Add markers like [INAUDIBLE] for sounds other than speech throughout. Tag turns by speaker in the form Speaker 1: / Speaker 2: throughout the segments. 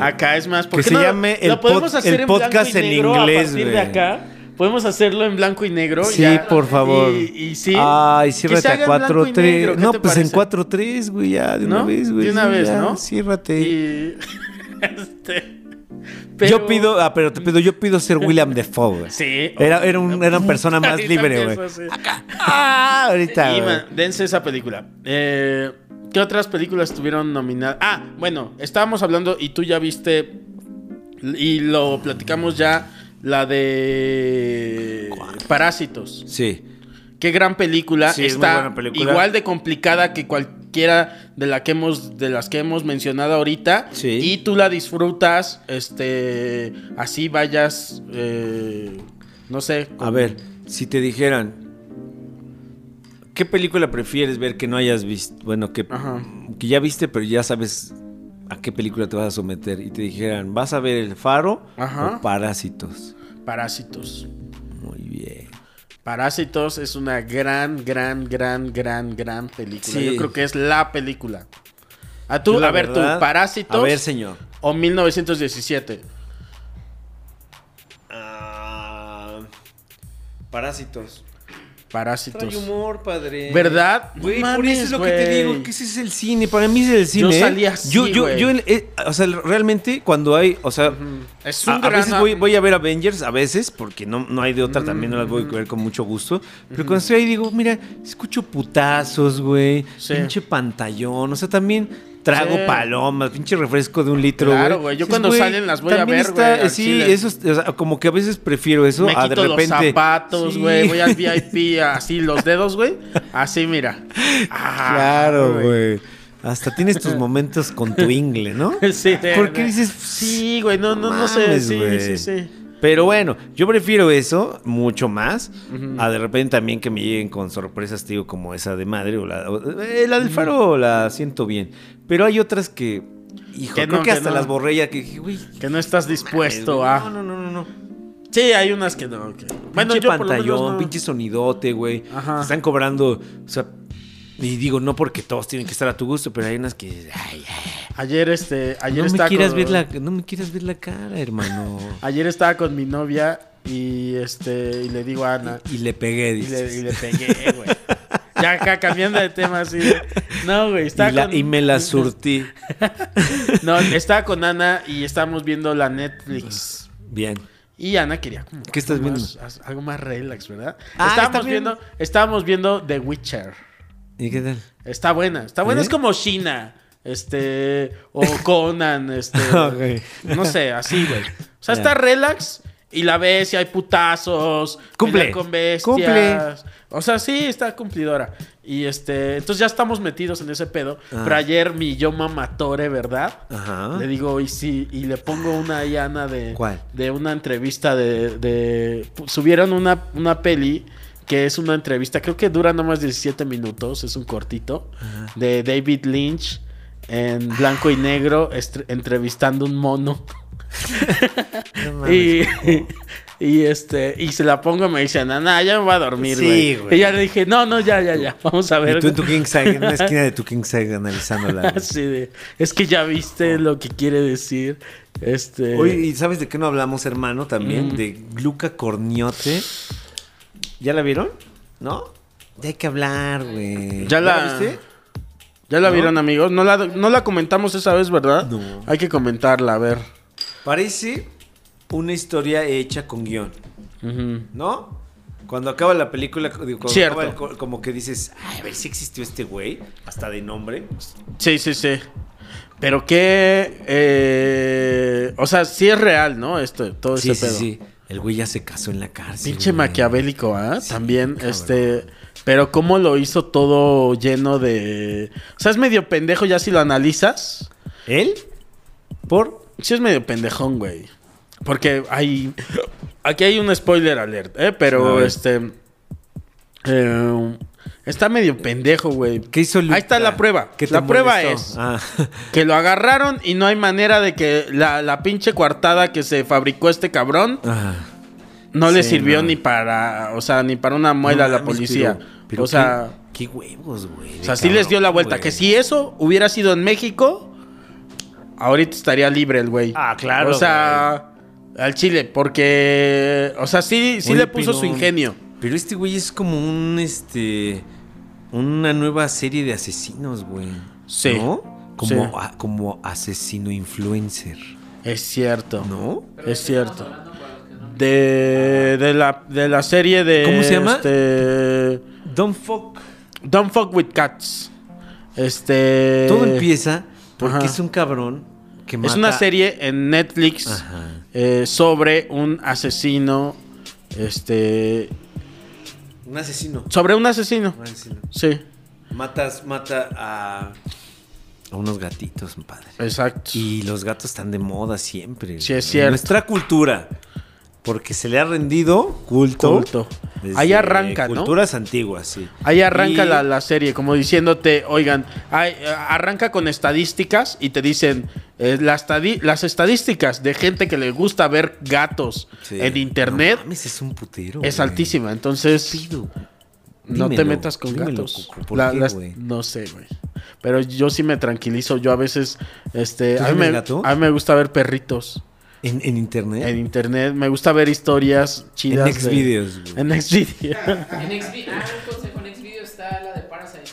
Speaker 1: Acá es más, porque
Speaker 2: se llame el pod- el podcast en inglés,
Speaker 1: a partir de
Speaker 2: güey.
Speaker 1: acá. Podemos hacerlo en blanco y negro.
Speaker 2: Sí, por favor.
Speaker 1: Y, y sí.
Speaker 2: Ay,
Speaker 1: que se
Speaker 2: ciérrate
Speaker 1: haga
Speaker 2: a
Speaker 1: en blanco y
Speaker 2: 4-3.
Speaker 1: negro, ¿qué
Speaker 2: No,
Speaker 1: te
Speaker 2: pues en
Speaker 1: parece?
Speaker 2: 4-3, güey, ya, de una
Speaker 1: ¿No?
Speaker 2: vez, güey.
Speaker 1: De una
Speaker 2: sí,
Speaker 1: vez,
Speaker 2: ya,
Speaker 1: ¿no?
Speaker 2: Ciérrate.
Speaker 1: Y- [LAUGHS] este, pero-
Speaker 2: Yo pido, ah, pero te pido, yo pido
Speaker 1: [LAUGHS]
Speaker 2: ser William Defoe, güey.
Speaker 1: Sí. [LAUGHS]
Speaker 2: Era, era, un, era una persona más
Speaker 1: Ahorita
Speaker 2: libre,
Speaker 1: empiezo
Speaker 2: güey.
Speaker 1: así.
Speaker 2: Ah, ahorita,
Speaker 1: Y,
Speaker 2: güey.
Speaker 1: man, dense esa película. Eh, ¿Qué otras películas estuvieron nominadas? Ah, bueno, estábamos hablando y tú ya viste y lo platicamos ya la de Parásitos.
Speaker 2: Sí.
Speaker 1: Qué gran película.
Speaker 2: Sí, es muy
Speaker 1: Está
Speaker 2: buena película.
Speaker 1: igual de complicada que cualquiera de la que hemos de las que hemos mencionado ahorita
Speaker 2: Sí.
Speaker 1: y tú la disfrutas este así vayas eh, no sé
Speaker 2: A ver, si te dijeran, ¿qué película prefieres ver que no hayas visto? Bueno, que,
Speaker 1: Ajá.
Speaker 2: que ya viste, pero ya sabes a qué película te vas a someter. Y te dijeran, ¿vas a ver El Faro
Speaker 1: Ajá.
Speaker 2: o Parásitos?
Speaker 1: parásitos
Speaker 2: Muy bien.
Speaker 1: Parásitos es una gran, gran, gran, gran, gran película.
Speaker 2: Sí.
Speaker 1: Yo creo que es la película. A tú,
Speaker 2: Yo, la
Speaker 1: a ver,
Speaker 2: verdad-
Speaker 1: tú, Parásitos
Speaker 2: A ver, señor.
Speaker 1: o 1917.
Speaker 2: parásitos.
Speaker 1: Parásitos.
Speaker 2: humor, padre.
Speaker 1: ¿Verdad? No
Speaker 2: Güey, por
Speaker 1: mames,
Speaker 2: eso es lo que te
Speaker 1: güey.
Speaker 2: digo, que ese es el cine. Para mí es el cine.
Speaker 1: Yo
Speaker 2: ¿eh?
Speaker 1: salí así,
Speaker 2: Yo, yo,
Speaker 1: güey.
Speaker 2: yo, eh, o sea, realmente cuando hay, o sea,
Speaker 1: Es un
Speaker 2: a, a
Speaker 1: gran-
Speaker 2: veces voy, voy a ver Avengers, a veces, porque no, no hay de otra, también no las
Speaker 1: Mm.
Speaker 2: voy a ver con mucho gusto. Pero cuando estoy ahí digo, mira, escucho putazos, güey,
Speaker 1: Sí.
Speaker 2: pinche pantallón, o sea, también trago
Speaker 1: Sí.
Speaker 2: palomas, pinche refresco de un litro, güey.
Speaker 1: Claro, güey, yo
Speaker 2: Dices,
Speaker 1: cuando salen las voy a
Speaker 2: también
Speaker 1: ver,
Speaker 2: está-
Speaker 1: güey, al
Speaker 2: Sí,
Speaker 1: chile.
Speaker 2: eso, es- o sea, como que a veces prefiero eso
Speaker 1: Me
Speaker 2: a ah, de
Speaker 1: quito
Speaker 2: repente.
Speaker 1: los zapatos,
Speaker 2: Sí.
Speaker 1: güey. Voy al VIP así, los dedos, güey. Así, mira. Ah,
Speaker 2: Claro, güey. Hasta tienes
Speaker 1: [LAUGHS]
Speaker 2: tus momentos con tu ingle, ¿no?
Speaker 1: Sí, de-
Speaker 2: ¿Por qué
Speaker 1: de-
Speaker 2: dices,
Speaker 1: Sí, güey, no, no, no sé.
Speaker 2: mames,
Speaker 1: Sí,
Speaker 2: güey?
Speaker 1: sí, sí.
Speaker 2: Pero bueno, yo prefiero eso mucho más a de repente también que me lleguen con sorpresas, te digo, como esa de madre o la, o- eh, la del faro la siento bien. Pero hay otras que, hijo,
Speaker 1: Que
Speaker 2: creo
Speaker 1: no, que
Speaker 2: que hasta
Speaker 1: no.
Speaker 2: las borré ya que dije, güey.
Speaker 1: Que no estás dispuesto
Speaker 2: mames,
Speaker 1: a.
Speaker 2: güey, No, no, no, no, no.
Speaker 1: Sí, hay unas que no. que- Bueno,
Speaker 2: pinche
Speaker 1: yo por lo menos
Speaker 2: pantallón,
Speaker 1: no.
Speaker 2: pinche sonidote, güey.
Speaker 1: Ajá.
Speaker 2: Te Están cobrando, o sea, y digo, no porque todos tienen que estar a tu gusto, pero hay unas que, ay, ay,
Speaker 1: Ayer este, ayer
Speaker 2: no me
Speaker 1: estaba
Speaker 2: quieras
Speaker 1: con-
Speaker 2: ver la, no me quieras ver la cara, hermano.
Speaker 1: ayer estaba con mi novia y este y le digo a Ana
Speaker 2: y le pegué,
Speaker 1: y le,
Speaker 2: dices.
Speaker 1: y le pegué, güey. Ya acá cambiando de tema así. de- No, güey, estaba
Speaker 2: Y la-
Speaker 1: con-
Speaker 2: y me la surtí.
Speaker 1: No, estaba con Ana y estábamos viendo la Netflix.
Speaker 2: Bien.
Speaker 1: Y Ana quería como
Speaker 2: ¿Qué estás
Speaker 1: algo más- algo más relax, ¿verdad?
Speaker 2: Ah,
Speaker 1: estábamos
Speaker 2: está bien.
Speaker 1: viendo estábamos viendo The Witcher.
Speaker 2: ¿Y qué tal?
Speaker 1: Está buena, está buena,
Speaker 2: ¿Eh?
Speaker 1: es como China, este
Speaker 2: [LAUGHS]
Speaker 1: o Conan, este
Speaker 2: Ok.
Speaker 1: No sé, así, güey. O sea,
Speaker 2: Ya.
Speaker 1: está relax y la ves y hay putazos.
Speaker 2: Cumple.
Speaker 1: pelear Con bestias.
Speaker 2: Cumple.
Speaker 1: O sea, sí, está cumplidora. Y este, entonces ya estamos metidos en ese pedo.
Speaker 2: Ah.
Speaker 1: Pero ayer mi yo mamatore, ¿verdad?
Speaker 2: Ajá.
Speaker 1: Le digo, y sí, y le pongo una llana de.
Speaker 2: Ah. ¿Cuál?
Speaker 1: De una entrevista de. de- pues, subieron una, una peli que es una entrevista, creo que dura nomás 17 minutos, es un cortito, de David Lynch en blanco y negro, estre- entrevistando un mono. [LAUGHS] Y, y este, y se la pongo y me dice, Nana, ya me voy a dormir,
Speaker 2: Sí,
Speaker 1: güey.
Speaker 2: güey.
Speaker 1: y ya le dije, no, no, ya, ya, ya, vamos a ver.
Speaker 2: Y tú en tu King Size, en una esquina de tu King Size analizándola.
Speaker 1: [LAUGHS]
Speaker 2: güey.
Speaker 1: Así de, es que ya viste lo que quiere decir. Este.
Speaker 2: Oye, ¿y sabes de qué no hablamos, hermano? También
Speaker 1: Mm.
Speaker 2: de Luca Corniote. ¿Ya la vieron? ¿No? Ya hay que hablar, güey.
Speaker 1: ya la.
Speaker 2: viste?
Speaker 1: Ya la
Speaker 2: ¿No?
Speaker 1: vieron, amigos. No la, no la comentamos esa vez, ¿verdad?
Speaker 2: No.
Speaker 1: Hay que comentarla, a ver.
Speaker 2: Parece una historia hecha con guión,
Speaker 1: Ujú.
Speaker 2: ¿no? Cuando acaba la película, digo, cuando
Speaker 1: Cierto.
Speaker 2: acaba el co- como que dices, "Ay, a ver si existió este güey, hasta de nombre.
Speaker 1: Sí, sí, sí. Pero que. eh, o sea, sí es real, ¿no? Esto, todo
Speaker 2: Sí,
Speaker 1: ese
Speaker 2: sí,
Speaker 1: pedo.
Speaker 2: sí. El güey ya se casó en la cárcel.
Speaker 1: Pinche
Speaker 2: güey.
Speaker 1: maquiavélico, ¿ah?
Speaker 2: Sí,
Speaker 1: También,
Speaker 2: cabrón.
Speaker 1: este. Pero cómo lo hizo todo lleno de. O sea, es medio pendejo ya si lo analizas.
Speaker 2: ¿Él? ¿Por?
Speaker 1: Sí es medio pendejón, güey. Porque hay... Aquí hay un spoiler alert, ¿eh?
Speaker 2: A
Speaker 1: Pero
Speaker 2: ver.
Speaker 1: este... eh, está medio pendejo, güey.
Speaker 2: ¿Qué hizo Luca?
Speaker 1: Ahí está la prueba.
Speaker 2: ¿Qué te
Speaker 1: La prueba
Speaker 2: molestó?
Speaker 1: es [LAUGHS]
Speaker 2: Ah,
Speaker 1: que lo agarraron y no hay manera de que la, la pinche coartada que se fabricó este cabrón
Speaker 2: ah.
Speaker 1: no le
Speaker 2: Sí,
Speaker 1: sirvió
Speaker 2: no.
Speaker 1: ni para... O sea, ni para una muela
Speaker 2: No
Speaker 1: a la
Speaker 2: mames,
Speaker 1: policía.
Speaker 2: pero- pero
Speaker 1: o sea...
Speaker 2: Qué, qué huevos, güey. de
Speaker 1: O sea, sí les dio la
Speaker 2: cabrón,
Speaker 1: vuelta.
Speaker 2: güey.
Speaker 1: Que si eso hubiera sido en México, ahorita estaría libre el güey.
Speaker 2: Ah, claro,
Speaker 1: O sea, al chile, porque. O sea, sí, sí
Speaker 2: Oye,
Speaker 1: le puso
Speaker 2: pero-
Speaker 1: su ingenio.
Speaker 2: Pero este güey es como un, este, una nueva serie de asesinos, güey.
Speaker 1: Sí.
Speaker 2: ¿No? Como,
Speaker 1: Sí.
Speaker 2: a- como asesino influencer,
Speaker 1: Es cierto.
Speaker 2: ¿no?
Speaker 1: Es cierto. De, de, la, de la serie de.
Speaker 2: ¿Cómo se llama?
Speaker 1: Este,
Speaker 2: Don't fuck.
Speaker 1: Don't fuck with cats. Este.
Speaker 2: Todo empieza porque
Speaker 1: ajá.
Speaker 2: es un cabrón que mata.
Speaker 1: Es una serie en Netflix
Speaker 2: Ajá.
Speaker 1: eh, sobre un asesino. Este.
Speaker 2: Un asesino.
Speaker 1: Sobre un asesino.
Speaker 2: Un asesino.
Speaker 1: Sí,
Speaker 2: Matas, mata a... a unos gatitos, padre.
Speaker 1: exacto.
Speaker 2: Y los gatos están de moda siempre.
Speaker 1: Sí, es
Speaker 2: En
Speaker 1: cierto.
Speaker 2: Nuestra cultura. Porque se le ha rendido culto.
Speaker 1: Culto. Ahí arranca, ¿no?
Speaker 2: Culturas antiguas, sí.
Speaker 1: Ahí arranca
Speaker 2: Y-
Speaker 1: la, la serie, como diciéndote, oigan, ay, eh, arranca con estadísticas y te dicen eh, las, estadi- las estadísticas de gente que le gusta ver gatos
Speaker 2: sí.
Speaker 1: en internet
Speaker 2: No mames, es un putero.
Speaker 1: es
Speaker 2: güey.
Speaker 1: altísima. Entonces,
Speaker 2: Pido.
Speaker 1: no te
Speaker 2: Dímelo,
Speaker 1: metas con
Speaker 2: dímelo,
Speaker 1: gatos.
Speaker 2: Cucu, ¿por
Speaker 1: La-
Speaker 2: qué,
Speaker 1: las-
Speaker 2: güey?
Speaker 1: no sé, güey. Pero yo sí me tranquilizo. Yo a veces, este,
Speaker 2: ¿Tú
Speaker 1: a mí,
Speaker 2: tienes
Speaker 1: me,
Speaker 2: gato?
Speaker 1: a mí me gusta ver perritos
Speaker 2: ¿En, en internet?
Speaker 1: en internet. Me gusta ver historias chidas.
Speaker 2: En
Speaker 1: de-
Speaker 2: Xvideos, güey.
Speaker 1: En Xvideos.
Speaker 3: En Xvi- ah, un consejo, en Xvideo está la de Parasite.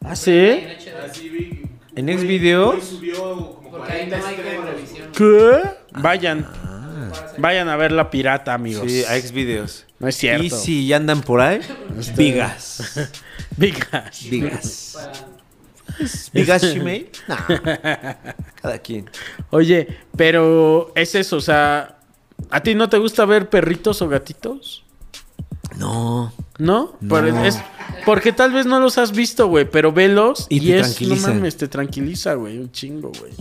Speaker 1: [LAUGHS] ¿Ah, sí?
Speaker 3: En HD,
Speaker 4: Así vi.
Speaker 2: ¿En
Speaker 4: Hoy-
Speaker 2: Xvideos?
Speaker 4: hoy subió como
Speaker 3: Porque ahí
Speaker 4: 40
Speaker 3: no hay como
Speaker 4: estrenos.
Speaker 3: revisión.
Speaker 1: ¿Qué? Vayan. Ah.
Speaker 3: Parasite.
Speaker 1: Vayan a ver la pirata, amigos.
Speaker 2: Sí, a Xvideos.
Speaker 1: No es cierto. Este-
Speaker 2: Y si ya andan por ahí,
Speaker 1: [LAUGHS]
Speaker 2: vigas.
Speaker 1: Vigas.
Speaker 2: Vigas.
Speaker 3: Para-
Speaker 2: ¿Vigas Shimei? No.
Speaker 1: [LAUGHS]
Speaker 2: Cada quien.
Speaker 1: Oye, pero es eso, o sea, ¿a ti no te gusta ver perritos o gatitos?
Speaker 2: No.
Speaker 1: ¿No? Pero
Speaker 2: No.
Speaker 1: es- porque tal vez no los has visto, güey, pero velos y,
Speaker 2: Y te
Speaker 1: es,
Speaker 2: tranquiliza.
Speaker 1: no mames, te tranquiliza, güey, un chingo, güey.